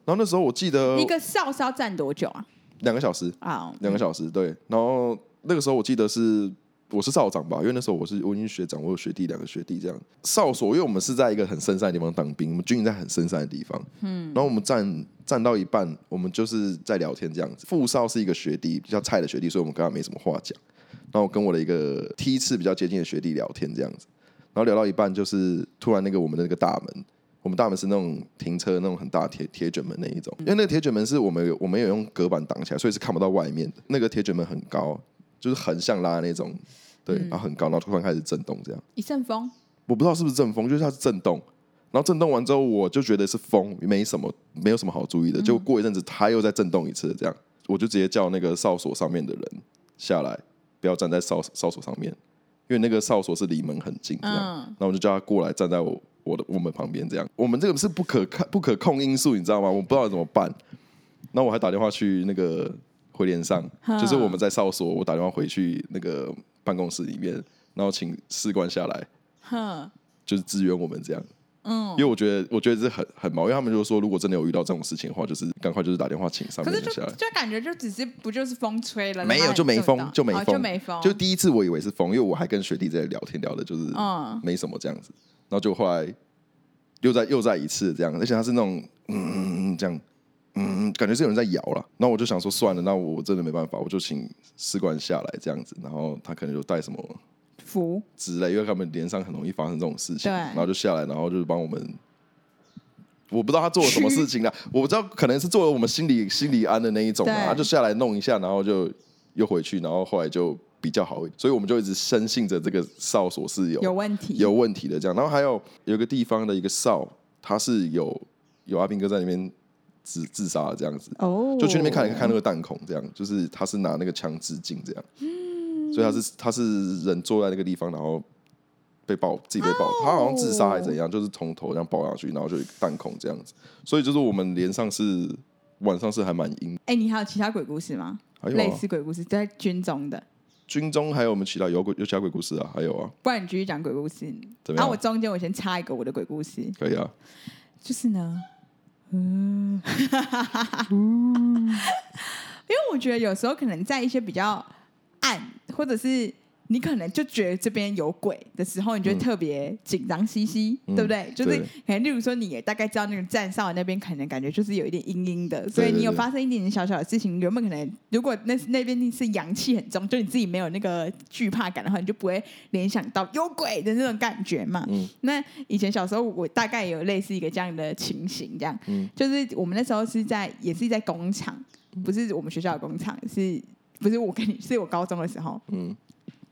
Speaker 1: 然后那时候我记得
Speaker 2: 一个少是要站多久啊？
Speaker 1: 两个小时，
Speaker 2: 啊，
Speaker 1: 两个小时，对。然后那个时候我记得是我是少长吧，因为那时候我是我已经学长，我有学弟两个学弟这样。少所，因为我们是在一个很深山的地方当兵，我们军营在很深山的地方，嗯。然后我们站站到一半，我们就是在聊天这样子。副少是一个学弟，比较菜的学弟，所以我们跟他没什么话讲。然后我跟我的一个梯次比较接近的学弟聊天这样子，然后聊到一半，就是突然那个我们的那个大门。我们大门是那种停车那种很大的铁铁卷门那一种，因为那个铁卷门是我们有我们有用隔板挡起来，所以是看不到外面的。那个铁卷门很高，就是横向拉的那种，对，然后很高，然后突然开始震动，这样
Speaker 2: 一阵风，
Speaker 1: 我不知道是不是阵风，就是它是震动。然后震动完之后，我就觉得是风，没什么，没有什么好注意的。结果过一阵子，它又再震动一次，这样我就直接叫那个哨所上面的人下来，不要站在哨哨所上面，因为那个哨所是离门很近，这样。
Speaker 2: 嗯，
Speaker 1: 那我就叫他过来站在我我的我们旁边，这样。我们这个是不可看不可控因素，你知道吗？我不知道怎么办。那我还打电话去那个回联上，
Speaker 2: 哈
Speaker 1: 就是我们在哨所，我打电话回去那个办公室里面，然后请士官下来，
Speaker 2: 哼，
Speaker 1: 就是支援我们这样。
Speaker 2: 嗯
Speaker 1: 因。为我觉得我觉得这很很毛，因为他们就说，如果真的有遇到这种事情的话，就是赶快就是打电话请上
Speaker 2: 可
Speaker 1: 面
Speaker 2: 是
Speaker 1: 人
Speaker 2: 就
Speaker 1: 下来。
Speaker 2: 就感觉就只是不就是风吹了，
Speaker 1: 没有
Speaker 2: 然后
Speaker 1: 就没风
Speaker 2: 到
Speaker 1: 就没
Speaker 2: 哦
Speaker 1: 风
Speaker 2: 就没风，
Speaker 1: 就第一次我以为是风，因为我还跟学弟在聊天，聊的就是
Speaker 2: 嗯
Speaker 1: 没什么这样子，然后就后来又再又再一次这样，而且他是那种嗯嗯嗯这样，嗯感觉是有人在摇了，然后我就想说算了，那我真的没办法，我就请士官下来这样子，然后他可能就带什么
Speaker 2: 服
Speaker 1: 之类，因为他们连上很容易发生这种事情，
Speaker 2: 对
Speaker 1: 然后就下来，然后就是帮我们。我不知道他做了什么事情 啦，我知道可能是做了我们心里心里安的那一种啦，
Speaker 2: 对
Speaker 1: 他就下来弄一下，然后就又回去，然后后来就比较好一点，所以我们就一直深信着这个哨所是有
Speaker 2: 有问题，
Speaker 1: 有问题的这样。然后还有有一个地方的一个哨，他是有有阿兵哥在那边自自杀的这样子，
Speaker 2: 哦，
Speaker 1: 就去那边看看那个弹孔，这样就是他是拿那个枪致敬这样，
Speaker 2: 嗯
Speaker 1: 所以他是他是人坐在那个地方，然后被爆自己被爆，他好像自杀还是怎
Speaker 2: 哦
Speaker 1: 样，就是从头这样爆下去，然后就有一个弹孔这样子，所以就是我们连上是晚上是还蛮阴，
Speaker 2: 哎，你还有其他鬼故事吗？
Speaker 1: 还有
Speaker 2: 类
Speaker 1: 啊
Speaker 2: 似鬼故事在军中的，
Speaker 1: 军中还有我们其他有鬼有其他鬼故事啊，还有啊，
Speaker 2: 不然你继续讲鬼故事。
Speaker 1: 怎么样
Speaker 2: 然啊后我中间我先插一个我的鬼故事，
Speaker 1: 可以啊，
Speaker 2: 就是呢， 嗯，因为我觉得有时候可能在一些比较暗，或者是你可能就觉得这边有鬼的时候，你就会特别紧张兮兮，
Speaker 1: 嗯
Speaker 2: 对不对？就是
Speaker 1: 对
Speaker 2: 可能例如说，你也大概知道那个站哨的那边可能感觉就是有一点阴阴的，所以
Speaker 1: 对对
Speaker 2: 你有
Speaker 1: 对
Speaker 2: 发生一点点小小的事情，原本可能如果那那边是阳气很重，就你自己没有那个惧怕感的话，你就不会联想到有鬼的那种感觉嘛。
Speaker 1: 嗯
Speaker 2: 那以前小时候，我大概有类似一个这样的情形，这样，
Speaker 1: 嗯
Speaker 2: 就是我们那时候是在也是在工厂，不是我们学校的工厂，是不是我跟你 是我高中的时候，
Speaker 1: 嗯，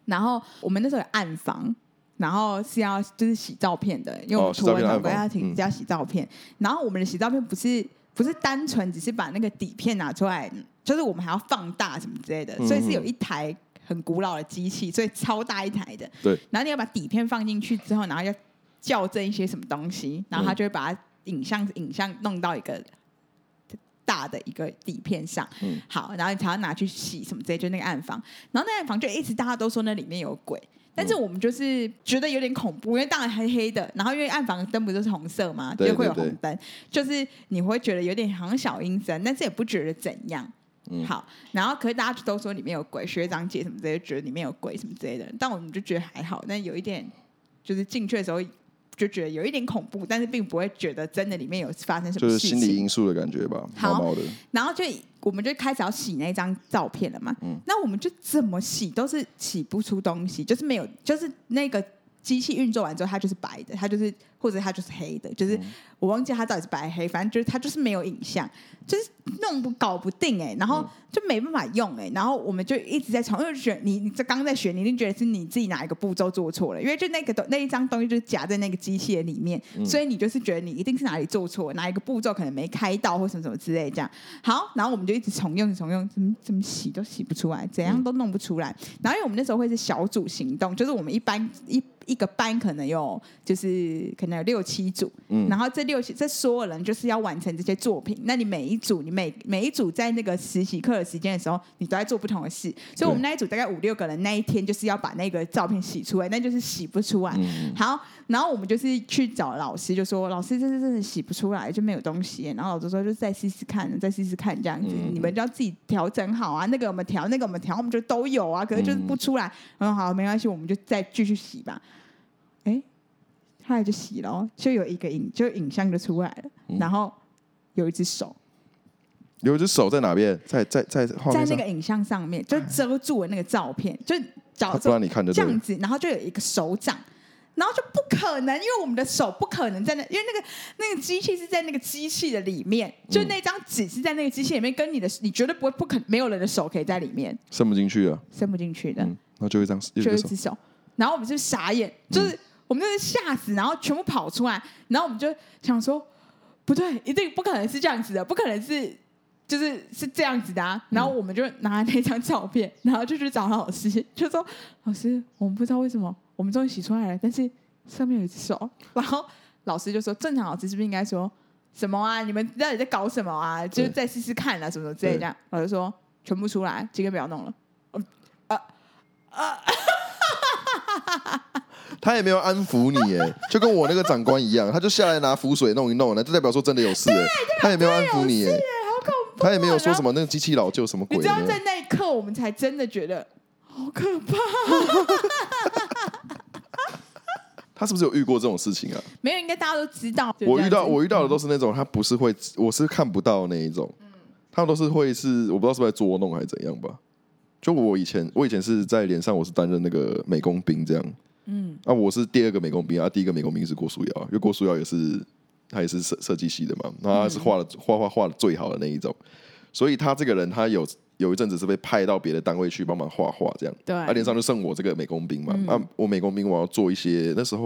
Speaker 2: 然后我们那时候有暗房，然后是要就是洗照片的，因为我们
Speaker 1: 哦洗
Speaker 2: 图
Speaker 1: 照
Speaker 2: 文
Speaker 1: 片的
Speaker 2: 老
Speaker 1: 暗
Speaker 2: 哥
Speaker 1: 房
Speaker 2: 要请
Speaker 1: 嗯
Speaker 2: 是要洗照片，然后我们的洗照片不是不是单纯只是把那个底片拿出来，就是我们还要放大什么之类的，所以是有一台很古老的机器，所以超大一台的，
Speaker 1: 对，
Speaker 2: 然后你要把底片放进去之后，然后要校正一些什么东西，然后它就会把它影像影像弄到一个大的一个底片上。
Speaker 1: 嗯
Speaker 2: 好，然后你才要拿去洗什么之类，就那个暗房。然后那个暗房就一直大家都说那里面有鬼。但
Speaker 1: 嗯
Speaker 2: 是我们就是觉得有点恐怖，因为当然黑黑的，然后因为暗房灯不都是红色嘛，
Speaker 1: 对
Speaker 2: 就会有
Speaker 1: 对对
Speaker 2: 红灯，就是你会觉得有点好像小阴森，但是也不觉得怎样。
Speaker 1: 嗯
Speaker 2: 好，然后可是大家就都说里面有鬼，学长姐什么之类的觉得里面有鬼什么之类的，但我们就觉得还好，但有一点就是进去的时候就觉得有一点恐怖，但是并不会觉得真的里面有发生什
Speaker 1: 就
Speaker 2: 么
Speaker 1: 是
Speaker 2: 事情。
Speaker 1: 心理因素的感觉吧，
Speaker 2: 好
Speaker 1: 毛毛的。
Speaker 2: 然后就我们就开始要洗那张照片了嘛。那我们就怎么洗都是洗不出东西，就是没有，就是那个机器运作完之后，它就是白的，它就是或者它就是黑的，就是、我忘记它到底是白黑，反正就是它就是没有影像，就是弄不搞不定哎、然后就没办法用哎、然后我们就一直在重，因为觉得你你这刚在学，你一定觉得是你自己哪一个步骤做错了，因为就那个东那一张东西就是夹在那个机械里面，所以你就是觉得你一定是哪里做错，哪一个步骤可能没开到或什么什么之类这样。好，然后我们就一直重用重用，怎么怎么洗都洗不出来，怎样都弄不出来。然后因为我们那时候会是小组行动，就是我们一班一一个班可能有就是可能有六七组，
Speaker 1: 嗯
Speaker 2: 然后这六七这所有人就是要完成这些作品。那你每一组，你每每一组在那个实习课的时间的时候，你都在做不同的事。所以我们那一组大概五六个人，那一天就是要把那个照片洗出来，那就是洗不出来。
Speaker 1: 嗯，
Speaker 2: 好，然后我们就是去找老师，就说老师，这次真的洗不出来，就没有东西耶。然后老师说，就再试试看，再试试看这样子，
Speaker 1: 嗯
Speaker 2: 你们就要自己调整好啊。那个我们调，那个我们调，我们就都有啊，可是就是不出来。然后好，没关系，我们就再继续洗吧。哎，后来就洗了，就有一个影，就影像就出来了，
Speaker 1: 嗯
Speaker 2: 然后有一只手
Speaker 1: 有一只手在哪边？在在在画
Speaker 2: 在
Speaker 1: 面
Speaker 2: 那
Speaker 1: 上，
Speaker 2: 个影像上面，就遮住了那个照片，就
Speaker 1: 他
Speaker 2: 找
Speaker 1: 不让你看就
Speaker 2: 这
Speaker 1: 对
Speaker 2: 样
Speaker 1: 了。
Speaker 2: 子，然后就有一个手掌，然后就不可能，因为我们的手不可能在那，因为那个那个机器是在那个机器的里面，
Speaker 1: 嗯
Speaker 2: 就那张纸是在那个机器里面，跟你的你绝对不会不可没有人的手可以在里面
Speaker 1: 伸不进去啊。
Speaker 2: 伸不进去的，
Speaker 1: 嗯，然后就一张一
Speaker 2: 就
Speaker 1: 只
Speaker 2: 一
Speaker 1: 手，
Speaker 2: 只手，然后我们就傻眼，就是、我们就是吓死，然后全部跑出来，然后我们就想说，不对，一定不可能是这样子的，不可能是。就是是这样子的啊，然后我们就拿那张照片，然后就去找老师，就说老师，我们不知道为什么，我们终于洗出来了，但是上面有一只手。然后老师就说，正常老师是不是应该说什么啊？你们到底在搞什么啊？就是再试试看啊，什么什么之类的。这样，老师说全部出来，今天不要弄了。
Speaker 1: 他也没有安抚你耶，就跟我那个长官一样，他就下来拿符水弄一弄，那就代表说真的有事耶，他也没有安抚你耶，他也没有说什么那个机器老旧什么
Speaker 2: 啊你
Speaker 1: 鬼
Speaker 2: 知
Speaker 1: 的
Speaker 2: 道，在那一刻，我们才真的觉得好可怕。
Speaker 1: 他是不是有遇过这种事情啊？
Speaker 2: 没有，应该大家都知道。就
Speaker 1: 我
Speaker 2: 这样
Speaker 1: 遇
Speaker 2: 子嗯
Speaker 1: 到我遇到的都是那种他不是会，我是看不到的那一种，他们都是会是我不知道是不是在捉弄还是怎样吧。就我以前我以前是在脸上我是担任那个美工兵这样，嗯，啊我是第二个美工兵啊，第一个美工兵是郭书瑶，因为郭书瑶也是他也是设设计系的嘛，然后他
Speaker 2: 嗯
Speaker 1: 是画的画画画的最好的那一种，所以他这个人他有有一阵子是被派到别的单位去帮忙画画这样，
Speaker 2: 对嗯
Speaker 1: 啊，脸上就剩我这个美工兵嘛。啊，我美工兵我要做一些，那时候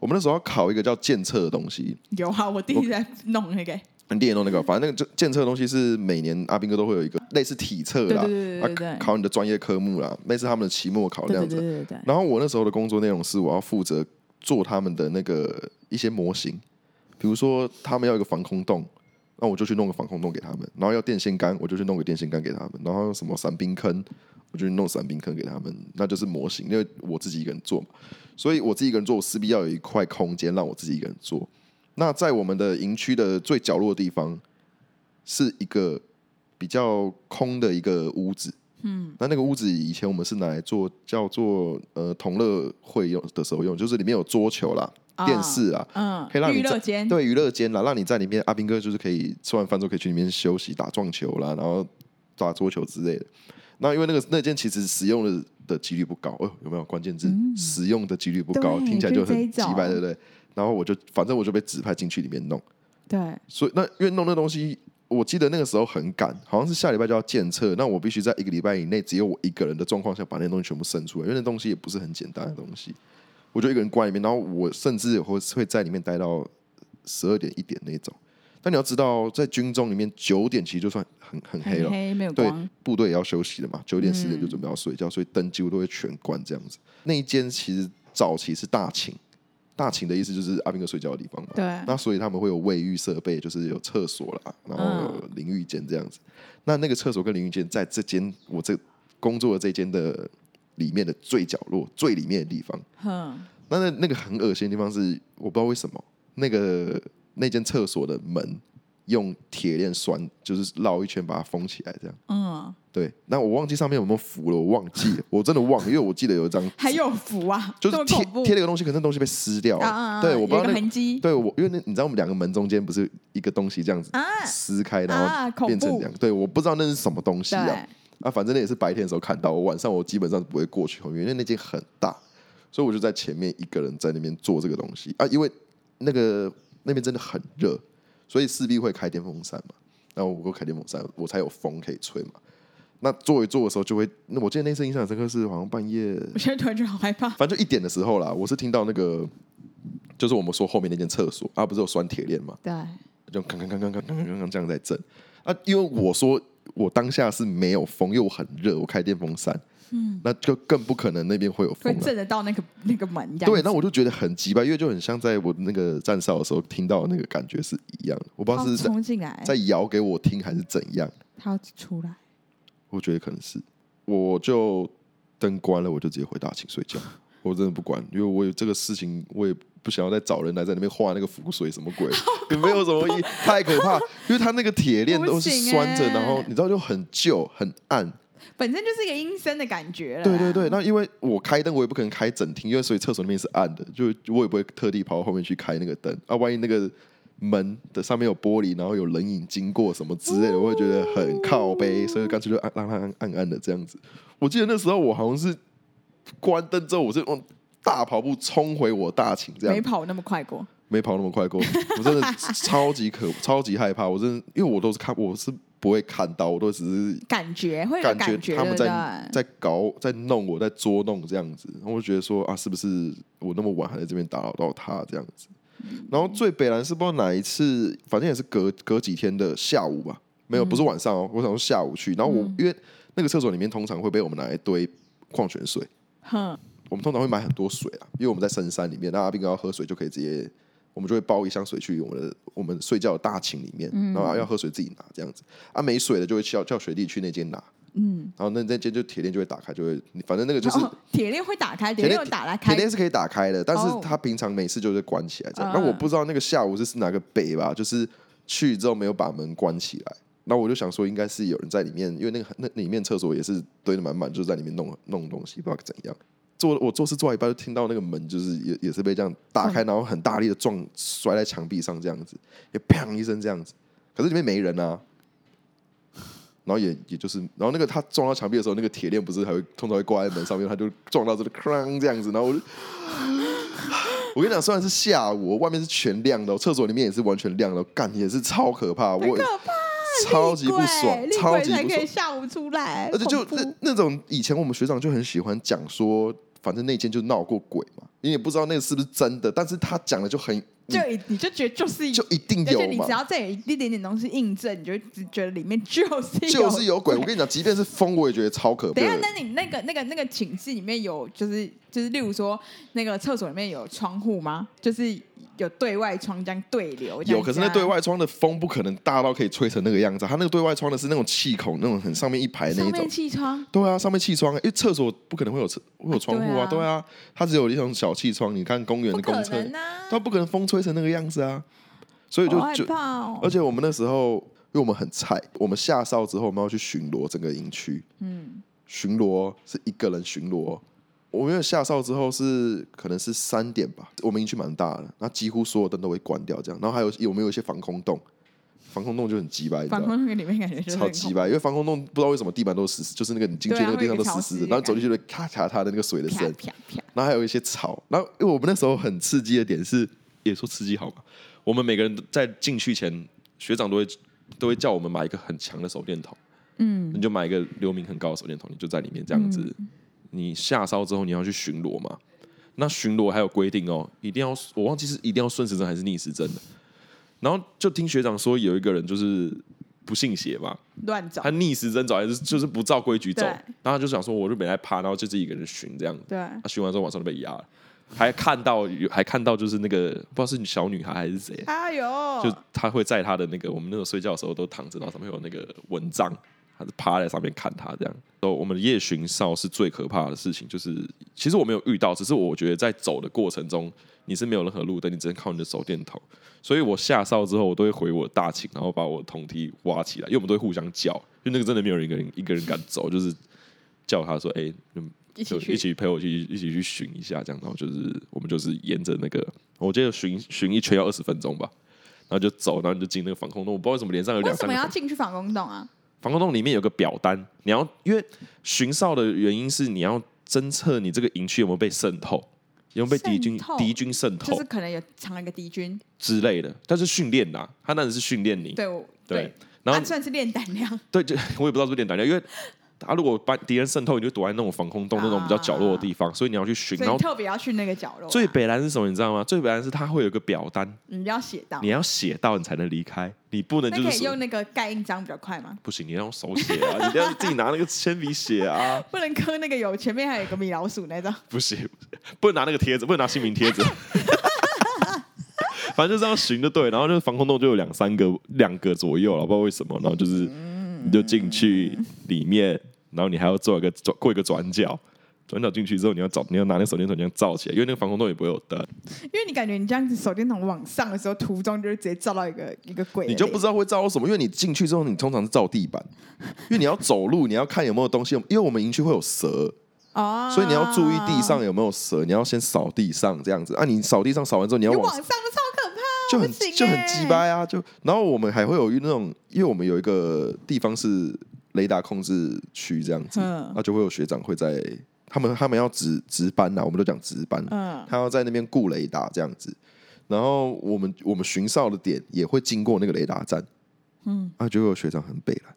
Speaker 1: 我们那时候要考一个叫建测的东西，
Speaker 2: 有啊，我弟弟在弄那个，
Speaker 1: 你也弄那个，反正那个就建测的东西是每年阿兵哥都会有一个类似体测啦，
Speaker 2: 对对对对对
Speaker 1: 啊，考你的专业科目啦，类似他们的期末考这
Speaker 2: 对
Speaker 1: 样
Speaker 2: 对
Speaker 1: 子。
Speaker 2: 对对对，
Speaker 1: 然后我那时候的工作内容是我要负责做他们的那个一些模型，比如说他们要一个防空洞，那我就去弄个防空洞给他们；然后要电线杆，我就去弄个电线杆给他们；然后什么伞兵坑，我就去弄伞兵坑给他们。那就是模型，因为我自己一个人做嘛，所以我自己一个人做，我势必要有一块空间让我自己一个人做。那在我们的营区的最角落的地方，是一个比较空的一个屋子。那那个屋子以前我们是拿来做叫做呃同乐会用的时候用，就是里面有桌球啦、
Speaker 2: 啊
Speaker 1: 电视啦，
Speaker 2: 嗯
Speaker 1: 可以，让你
Speaker 2: 娱乐
Speaker 1: 在
Speaker 2: 间，
Speaker 1: 对娱乐间啦，让你在里面，阿兵哥就是可以吃完饭之后可以去里面休息、打撞球啦，然后打桌球之类的。那因为那个那间其实使用的的几率不高，哦，有没有关键字？使用的几率不高，
Speaker 2: 嗯对
Speaker 1: 听起来
Speaker 2: 就
Speaker 1: 就是很鸡
Speaker 2: 这一种
Speaker 1: 掰，对不对？然后我就反正我就被指派进去里面弄。
Speaker 2: 对，
Speaker 1: 所以那因为弄那东西，我记得那个时候很赶，好像是下礼拜就要检测，那我必须在一个礼拜以内只有我一个人的状况下把那东西全部生出来，因为那东西也不是很简单的东西。我就一个人关里面，然后我甚至会会在里面待到十二点一点那种。但你要知道，在军中里面九点其实就算很很黑了
Speaker 2: 很，黑没有
Speaker 1: 对
Speaker 2: 光，，嗯
Speaker 1: 部队也要休息的嘛，九点十点就准备要睡觉，所以灯几乎都会全关这样子。那一间其实早期是大寝，大寝的意思就是阿兵哥睡觉的地方嘛。
Speaker 2: 对
Speaker 1: 那所以他们会有卫浴设备，就是有厕所啦，然后有淋浴间这样子。那那个厕所跟淋浴间在这间我这工作的这间的里面的最角落、最里面的地方。
Speaker 2: 哼，
Speaker 1: 那那那个很恶心的地方是，我不知道为什么那个那间厕所的门用铁链拴，就是绕一圈把它封起来，这样。
Speaker 2: 嗯，
Speaker 1: 对，那我忘记上面有没有符了，我忘记了，我真的忘了，因为我记得 有一张纸，
Speaker 2: 还有符啊，
Speaker 1: 就
Speaker 2: 这
Speaker 1: 是
Speaker 2: 么
Speaker 1: 贴
Speaker 2: 恐怖
Speaker 1: 贴了一个东西，可是那东西被撕掉了。
Speaker 2: 啊啊啊！
Speaker 1: 对，我不知道
Speaker 2: 有一个
Speaker 1: 那个
Speaker 2: 痕迹
Speaker 1: 对我，因为那你知道我们两个门中间不是一个东西这样子
Speaker 2: 啊，
Speaker 1: 撕开，
Speaker 2: 啊
Speaker 1: 然后
Speaker 2: 恐
Speaker 1: 变成
Speaker 2: 怖
Speaker 1: 这样。对，我不知道那是什么东西啊
Speaker 2: 对。，
Speaker 1: 啊，反正那也是白天的时候看到，我晚上我基本上不会过去后面，因为那间很大，所以我就在前面一个人在那边做这个东西啊，因为那个那边真的很热，所以势必会开电风扇嘛。然后我开电风扇，我才有风可以吹嘛。那做一做的时候就会，那我记得那次印象很深刻是好像半夜，
Speaker 2: 我现在突然觉得好害怕。
Speaker 1: 反正就一点的时候啦，我是听到那个，就是我们说后面那间厕所啊，不是有拴铁链嘛，
Speaker 2: 对，
Speaker 1: 就刚刚刚刚刚刚刚刚刚这样在震啊，因为我说我当下是没有风，因为我很热，我开电风扇，嗯，那就更不可能那边会有
Speaker 2: 会
Speaker 1: 风了。
Speaker 2: 震得到那个那个门这样子。
Speaker 1: 对，那我就觉得很急吧，因为就很像在我那个站哨的时候听到的那个感觉是一样的，我不知道
Speaker 2: 哦
Speaker 1: 是在、
Speaker 2: 冲进来，
Speaker 1: 在摇给我听还是怎样，
Speaker 2: 他要出来。
Speaker 1: 我觉得可能是，我就灯关了，我就直接回大寝睡觉，我真的不管，因为我有这个事情，我也不想要再找人来在那边画那个符水什么 鬼，也没有什么意义，太可怕，因为他那个铁链都是拴着，
Speaker 2: 不行欸
Speaker 1: 然后你知道就很旧很暗，
Speaker 2: 本身就是一个阴森的感觉了。
Speaker 1: 对对，对，那因为我开灯，我也不可能开整厅，因为所以厕所里面是暗的，就我也不会特地跑到后面去开那个灯啊，万一那个。门的上面有玻璃，然后有人影经过什么之类的，我会觉得很靠背，所以干脆就暗让它暗暗暗的这样子。我记得那时候我好像是关灯之后，我是用大跑步冲回我大寝，这样
Speaker 2: 没跑那么快过。
Speaker 1: 没跑那么快过，我真的超级可超级害怕，我真的因为我都是看我是不会看到，我都只是
Speaker 2: 感觉会有
Speaker 1: 感
Speaker 2: 感
Speaker 1: 觉他们在
Speaker 2: 对不对
Speaker 1: 在搞在弄我在捉弄这样子，然后我就觉得说啊，是不是我那么晚还在这边打扰到他这样子？
Speaker 2: 嗯
Speaker 1: 然后最北兰是不知道哪一次，反正也是隔隔几天的下午吧，没有不是
Speaker 2: 嗯
Speaker 1: 晚上哦，我想说下午去，然后我、因为那个厕所里面通常会被我们拿来堆矿泉水，
Speaker 2: 哼，
Speaker 1: 我们通常会买很多水啊，因为我们在深山里面，那阿斌哥要喝水就可以直接，我们就会包一箱水去我们的我们睡觉的大寝里面，然后要喝水自己拿这样子。啊，没水的就会叫叫学弟去那间拿，嗯，然后那那间就铁链就会打开，就会反正那个就是
Speaker 2: 哦铁链会打开，
Speaker 1: 铁
Speaker 2: 铁链
Speaker 1: 链
Speaker 2: 有打来
Speaker 1: 铁
Speaker 2: 开，
Speaker 1: 链是可以打开的，但是
Speaker 2: 哦
Speaker 1: 他平常每次就是关起来这样。
Speaker 2: 嗯
Speaker 1: 那我不知道那个下午是哪个北吧，就是去之后没有把门关起来。那我就想说，应该是有人在里面，因为那个那那里面厕所也是堆的满满，就是在里面弄弄东西，不知道怎样。做我做事做到一半，就听到那个门就是也也是被这样打
Speaker 2: 嗯
Speaker 1: 开，然后很大力的撞摔在墙壁上，这样子，也砰一声这样子。可是里面没人啊，然后也也就是，然后那个他撞到墙壁的时候，那个铁链不是还会通常会挂在门上面，他就撞到这个哐这样子，然 后我就，我跟你讲，虽然是下午，外面是全亮的哦，厕所里面也是完全亮的哦，干也是超可怕，我
Speaker 2: 很可怕，
Speaker 1: 超级不爽
Speaker 2: Oh 厉鬼，
Speaker 1: 超
Speaker 2: 厉
Speaker 1: 级
Speaker 2: 鬼才
Speaker 1: 不
Speaker 2: 可以
Speaker 1: 爽，
Speaker 2: 下午出来，
Speaker 1: 而且就
Speaker 2: 恐怖
Speaker 1: 那那种以前我们学长就很喜欢讲说，反正那间就闹过鬼嘛，你也不知道那个是不是真的，但是他讲的就很你
Speaker 2: 就你就觉得就是
Speaker 1: 就一定
Speaker 2: 而且
Speaker 1: 有
Speaker 2: 你
Speaker 1: 嘛
Speaker 2: 只，要再有一点点东西印证，你就只觉得里面就是
Speaker 1: 就是有鬼。我跟你讲，即便是风，我也觉得超可怕
Speaker 2: 等一
Speaker 1: 的。
Speaker 2: 下，那你那个那个那个寝室里面有，就是就是，例如说那个厕所里面有窗户吗？就是有对外窗这样对流这样子啊？
Speaker 1: 有，可是那对外窗的风不可能大到可以吹成那个样子啊。它那个对外窗的是那种气孔，那种很上面一排那
Speaker 2: 上
Speaker 1: 一
Speaker 2: 面
Speaker 1: 种。
Speaker 2: 气窗，
Speaker 1: 对啊，上面气窗、因为厕所不可能会有厕会有窗户啊，
Speaker 2: 啊对啊
Speaker 1: 对啊，它只有一种小气窗。你看公园
Speaker 2: 不
Speaker 1: 的
Speaker 2: 可
Speaker 1: 公厕，
Speaker 2: 能啊！
Speaker 1: 它不可能风吹成那个样子啊。所以就
Speaker 2: 好害
Speaker 1: 就，
Speaker 2: 怕哦。
Speaker 1: 而且我们那时候，因为我们很菜，我们下哨之后，我们要去巡逻整个营区。
Speaker 2: 嗯，
Speaker 1: 巡逻是一个人巡逻。我因为下哨之后是可能是三点吧，我们营区蛮大的，那几乎所有灯都会关掉这样。然后还有有没有一些防空洞？防空洞就很鸡掰，你知道
Speaker 2: 反
Speaker 1: 吗？
Speaker 2: 光那个里面感觉就是
Speaker 1: 超
Speaker 2: 很
Speaker 1: 鸡
Speaker 2: 恐
Speaker 1: 掰，因为防空洞不知道为什么地板都是湿，就是那个你进去
Speaker 2: 对啊
Speaker 1: 那个地方都
Speaker 2: 会有一
Speaker 1: 湿湿的
Speaker 2: 个潮，湿
Speaker 1: 然后走进去就咔嚓嚓的那个水的
Speaker 2: 怖，
Speaker 1: 声
Speaker 2: 啪，啪啪，
Speaker 1: 然后还有一些草。然后因为我们那时候很刺激的点是，
Speaker 4: 也说刺激好嘛。我们每个人在进去前，学长都会都会叫我们买一个很强的手电筒，
Speaker 2: 嗯
Speaker 4: 你就买一个流明很高的手电筒，你就在里面这样子。你下哨之后，你要去巡逻嘛？那巡逻还有规定哦，一定要我忘记是一定要顺时针还是逆时针的。然后就听学长说，有一个人就是不信邪嘛，
Speaker 2: 乱走
Speaker 4: 他，逆时针走还是就是不照规矩走，
Speaker 2: 对
Speaker 4: 然后他就想说，我就没来趴，然后就自己一个人巡这样。
Speaker 2: 对，啊
Speaker 4: 他巡完之后晚上就被压了，还看到有还看到就是那个不知道是小女孩还是谁，啊
Speaker 2: 哎呦，
Speaker 4: 就他会在他的那个我们那种睡觉的时候都躺着，然后上面有那个蚊帐，他他就趴在上面看他这样。哦，我们的夜巡哨是最可怕的事情，就是其实我没有遇到，只是我觉得在走的过程中你是没有任何路灯，你只能靠你的手电筒。所以我下哨之后，我都会回我大琴，然后把我铜梯挖起来，因为我们都会互相叫，就那个真的没有人一个人一个人敢走，就是叫他说：“哎、嗯
Speaker 5: 一
Speaker 4: 就
Speaker 5: 起
Speaker 4: 一
Speaker 5: 去，
Speaker 4: 起陪我去一起去巡一下，这样，然后就是我们就是沿着那个，我记得巡巡一圈要二十分钟吧，然后就走，然后你就进那个防空洞，我不知道为什么脸上有
Speaker 2: 为
Speaker 4: 两
Speaker 2: 什
Speaker 4: 三
Speaker 2: 么
Speaker 4: 个
Speaker 2: 要
Speaker 4: 防
Speaker 2: 进去防空洞啊？
Speaker 4: 防空洞里面有个表单，你要因为巡哨的原因是你要侦测你这个营区有没有被渗透，有没有被敌军
Speaker 2: 渗透
Speaker 4: 敌军渗透
Speaker 2: 就是可能有藏了一个敌军，
Speaker 4: 之类的，但是训练呐，他那只是训练
Speaker 1: 嗯
Speaker 4: 你，
Speaker 2: 对我
Speaker 4: 对
Speaker 2: 对，，
Speaker 4: 然后
Speaker 2: 啊、算是练胆量，
Speaker 4: 对， 就我也不知道是不是练胆量，因为他如果把敌人渗透，你就躲在那种防空洞那种比较角落的地方，所以你要去巡，
Speaker 2: 所以
Speaker 4: 然后
Speaker 2: 特别要去那个角落啊、嗯
Speaker 4: 最北蓝是什么？你知道吗？最北蓝是它会有一个表单，
Speaker 2: 你要写到
Speaker 4: 你，要写到你才能离开，你不能
Speaker 2: 那
Speaker 4: 就是
Speaker 2: 可以
Speaker 4: 说
Speaker 2: 用那个盖印章比较快吗？
Speaker 4: 不行，你要用手写啊， 你一定要自己拿那个铅笔写啊，
Speaker 2: 不能刻那个有前面还有一个米老鼠那种，
Speaker 4: 不行，不能拿那个贴纸，不能拿姓名贴纸。 反正就这样巡就对，然后就是防空洞就有两三个、两个左右了，不知道为什么。然后就是
Speaker 2: 嗯
Speaker 4: 你就进去里面，然后你还要做一个转过一个转角，转角进去之后你要找你要拿那个手电筒这样照起来，因为那个防空洞也不会有灯，
Speaker 2: 因为你感觉你这样子手电筒往上的时候，途中就是直接照到一个一个鬼的脸，
Speaker 1: 你就不知道会照到什么，因为你进去之后，你通常是照地板，因为你要走路，你要看有没有东西，因为我们营区会有蛇，
Speaker 2: 哦，
Speaker 1: 所以你要注意地
Speaker 2: 啊
Speaker 1: 上有没有蛇，你要先扫地上这样子啊。你扫地上扫完之后，你要
Speaker 2: 你
Speaker 1: 往
Speaker 2: 往上的超可怕，
Speaker 1: 就很
Speaker 2: 不行欸
Speaker 1: 就很鸡掰啊，就然后我们还会有那种，因为我们有一个地方是雷达控制区这样子，啊
Speaker 2: 嗯
Speaker 1: 那就会有学长会在他们他们要值值班啊呐、我们都讲值班，
Speaker 2: 嗯，
Speaker 1: 他要在那边顾雷达这样子。然后我们我们巡哨的点也会经过那个雷达站，嗯，啊，就会有学长很北了，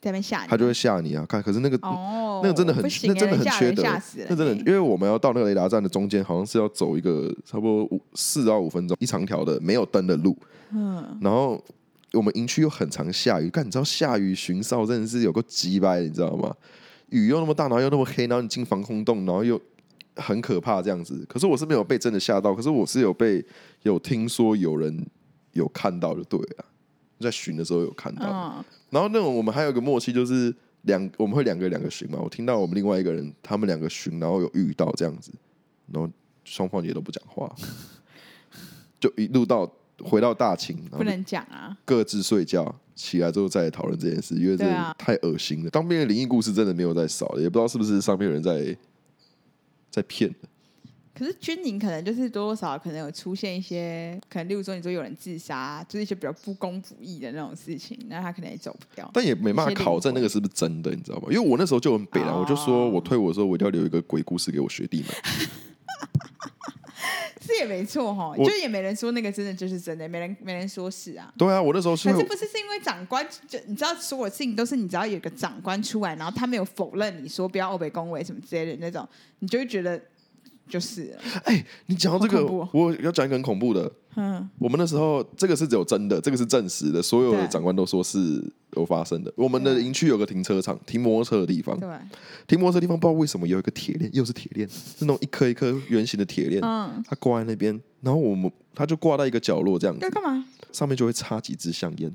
Speaker 2: 在那边吓你，
Speaker 1: 他就会吓你啊，看，可是那个、
Speaker 2: 哦，
Speaker 1: 那个真的很
Speaker 2: 不，行
Speaker 1: 那
Speaker 2: 欸
Speaker 1: 真的很
Speaker 2: 吓
Speaker 1: 缺
Speaker 2: 人
Speaker 1: 德，
Speaker 2: 吓死人欸，
Speaker 1: 那真的，因为我们要到那个雷达站的中间，好像是要走一个差不多五四到五分钟一长条的没有灯的路，嗯，然后我们营区又很常下雨，但你知道下雨巡哨真的是有个鸡掰的，你知道吗？雨又那么大，然后又那么黑，然后你进防空洞，然后又很可怕这样子。可是我是没有被真的吓到，可是我是有被有听说有人有看到就对了，在巡的时候有看到，
Speaker 2: 嗯，
Speaker 1: 然后那种我们还有一个默契，就是两我们会两个两个巡嘛。我听到我们另外一个人他们两个巡，然后有遇到这样子，然后双方也都不讲话， 就一路到回到大庆，然
Speaker 2: 不
Speaker 1: 后就
Speaker 2: 能讲啊，
Speaker 1: 各自睡觉。起来之后再来讨论这件事，因为这
Speaker 2: 对啊
Speaker 1: 太恶心了。当兵的灵异故事真的没有在少的，也不知道是不是上面有人在在骗的。
Speaker 2: 可是军营可能就是多多少少可能有出现一些，可能例如说你说有人自杀，就是一些比较不公不义的那种事情，那他可能也走不掉。
Speaker 1: 但也没办法考证那个是不是真的，你知道吗？因为我那时候就很北了，
Speaker 2: 哦
Speaker 1: 我就说我退伍的时候我一定要留一个鬼故事给我学弟们。
Speaker 2: 是也没错哈，
Speaker 1: 我
Speaker 2: 就也没人说那个真的就是真的，没人没人说是啊。
Speaker 1: 对啊，我那时候是
Speaker 2: 可
Speaker 1: 会
Speaker 2: 是不是是因为长官就你知道所有事情都是你只要有个长官出来，然后他没有否认你说不要欧北恭维什么之类的那种，你就会觉得就是了
Speaker 1: 哎、你讲到这
Speaker 2: 好
Speaker 1: 个
Speaker 2: 恐怖哦，
Speaker 1: 我要讲一个很恐怖的。
Speaker 2: 嗯
Speaker 1: 我们那时候这个是只有真的，这个是证实的，所有的
Speaker 2: 对
Speaker 1: 长官都说是有发生的。我们的
Speaker 2: 对
Speaker 1: 营区有个停车场，停摩托车的地 方，
Speaker 2: 对
Speaker 1: 停摩托车的地方不知道为什么有一个铁链，又是铁链，是那种一颗一颗圆形的铁链，
Speaker 2: 嗯
Speaker 1: 它挂在那边，然后我们它就挂到一个角落这样
Speaker 2: 要
Speaker 1: 子，
Speaker 2: 干嘛
Speaker 1: 上面就会插几支香烟，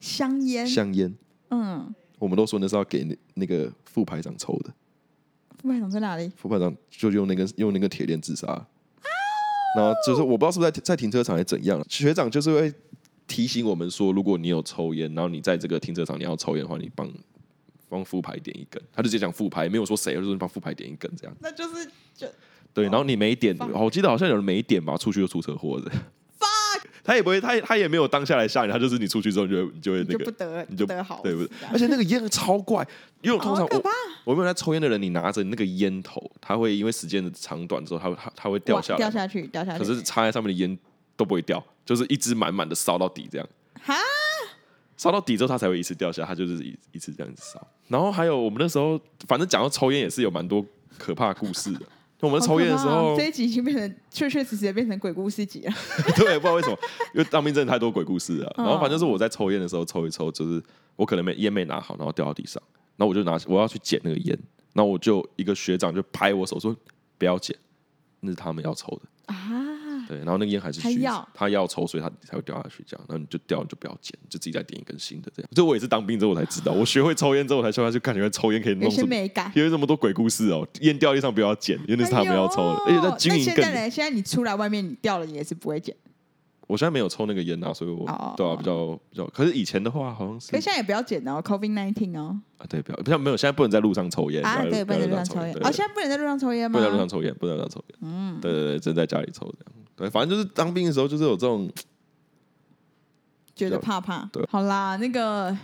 Speaker 2: 香烟
Speaker 1: 香烟，
Speaker 2: 嗯
Speaker 1: 我们都说那是要给那那个副排长抽的，
Speaker 2: 副排长在哪里
Speaker 1: 副排长就用那根用那个铁链自杀。然后就是我不知道是不是在在停车场还是怎样，学长就是会
Speaker 4: 提醒我们说，如果你有抽烟，然后你在这个停车场你要抽烟的话，你帮帮副牌点一根。他就直接讲副牌，没有说谁，就是帮副牌点一根这样。
Speaker 2: 那就是就
Speaker 4: 对，然后你没点，
Speaker 2: 棒
Speaker 4: 我记得好像有人没点吧，出去就出车祸的。他也不会，他他也没有当下来吓你，他就是你出去之后你就会你就会
Speaker 2: 就
Speaker 4: 那
Speaker 2: 不
Speaker 4: 个，
Speaker 2: 得
Speaker 4: 你就
Speaker 2: 得好死
Speaker 4: 对
Speaker 2: 这
Speaker 4: 不
Speaker 2: 样，
Speaker 4: 对？而且那个烟超怪，因为我通常
Speaker 2: 好可
Speaker 4: 我
Speaker 2: 怕
Speaker 4: 我没有在抽烟的人，你拿着那个烟头，它会因为时间的长短之后，它会它它会掉
Speaker 2: 哇
Speaker 4: 下来
Speaker 2: 掉
Speaker 4: 嘛，
Speaker 2: 下去，掉下去。
Speaker 4: 可是插在上面的烟都不会掉，就是一支满满的烧到底这样。
Speaker 2: 哈，
Speaker 4: 烧到底之后，它才会一次掉下，它就是一一次这样子烧。然后还有我们那时候，反正讲到抽烟也是有蛮多可怕的故事的。我们
Speaker 2: 好
Speaker 4: 抽烟的
Speaker 2: 可
Speaker 4: 时
Speaker 2: 怕哦
Speaker 4: 候，
Speaker 2: 这一集已经变成确确实实地变成鬼故事集了。
Speaker 4: 对，不知道为什么，因为当兵真的太多鬼故事了。
Speaker 2: 嗯
Speaker 4: 然后反正是我在抽烟的时候抽一抽，就是我可能没烟没拿好，然后掉到地上，然后我就拿我要去捡那个烟，然后我就一个学长就拍我手说不要捡，那是他们要抽的。
Speaker 2: 啊，
Speaker 4: 对，然后那个烟还是
Speaker 2: 还
Speaker 4: 虚的
Speaker 2: 要，
Speaker 4: 他要抽，所以他才会掉下去这样。然后你就掉，你就不要捡，你就自己再点一根新的这样。这我也是当兵之后我才知道，我学会抽烟之后我才发现，看原来抽烟可以
Speaker 2: 有
Speaker 4: 弄
Speaker 2: 些
Speaker 4: 什么，
Speaker 2: 美感。
Speaker 4: 因为这么多鬼故事哦，烟掉地上不要捡，因为那是他们要抽的，
Speaker 2: 哎
Speaker 4: 而
Speaker 2: 呦
Speaker 4: 且在经
Speaker 2: 那
Speaker 4: 营
Speaker 2: 现
Speaker 4: 更
Speaker 2: 在。呢？现在你出来外面，你掉了你也是不会捡，
Speaker 4: 我现在没有抽那个烟啊，所以我
Speaker 2: 哦
Speaker 4: 对啊比较比较，可是以前的话好像是
Speaker 2: 可是现在也不要捡哦，COVID nineteen 哦。
Speaker 4: 啊对，不要不要没有，现在不能在路上抽烟
Speaker 2: 啊，对，不能在路上抽
Speaker 4: 抽
Speaker 2: 烟。
Speaker 4: 对
Speaker 2: 哦，
Speaker 4: 对
Speaker 2: 现在不能在路上抽烟
Speaker 4: 不
Speaker 2: 吗？
Speaker 4: 能在路上抽烟，不能在路上抽烟。嗯，对对对，只能在家里抽这样。对，反正就是当兵的时候就是有这种，
Speaker 2: 觉得怕怕
Speaker 4: 对。
Speaker 2: 好啦，那个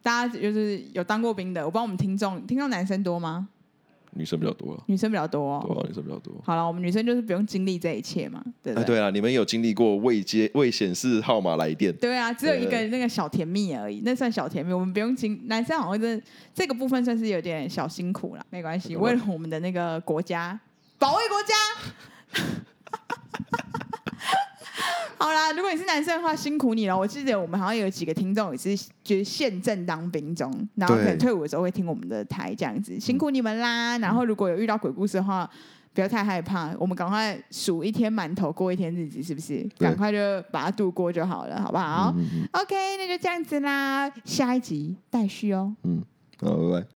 Speaker 2: 大家就是有当过兵的，我帮我们听众，听众男生多吗？
Speaker 4: 女生比较多啊，
Speaker 2: 女生比较多、哦。
Speaker 4: 对啊，女生比较多。
Speaker 2: 好了，我们女生就是不用经历这一切嘛，对不
Speaker 4: 哎，
Speaker 2: 对？
Speaker 4: 对啊，你们有经历过未接未显示号码来电？
Speaker 2: 对啊，只有一个
Speaker 4: 对
Speaker 2: 那个小甜蜜而已，那算小甜蜜，我们不用经男生好像真的这个部分算是有点小辛苦了，没关系，
Speaker 4: 怎么
Speaker 2: 为
Speaker 4: 了
Speaker 2: 了我们的那个国家，保卫国家。好啦，如果你是男生的话，辛苦你了。我记得我们好像有几个听众也是，就是现正当兵中，然后可能
Speaker 1: 对
Speaker 2: 退伍的时候会听我们的台这样子，辛苦你们
Speaker 1: 嗯
Speaker 2: 啦。然后如果有遇到鬼故事的话，不要太害怕，我们赶快数一天馒头过一天日子，是不是？
Speaker 1: 对
Speaker 2: 赶快就把它度过就好了，好不好、
Speaker 1: 嗯嗯
Speaker 2: o k 那就这样子啦，下一集待续哦。
Speaker 1: 嗯，好，拜拜。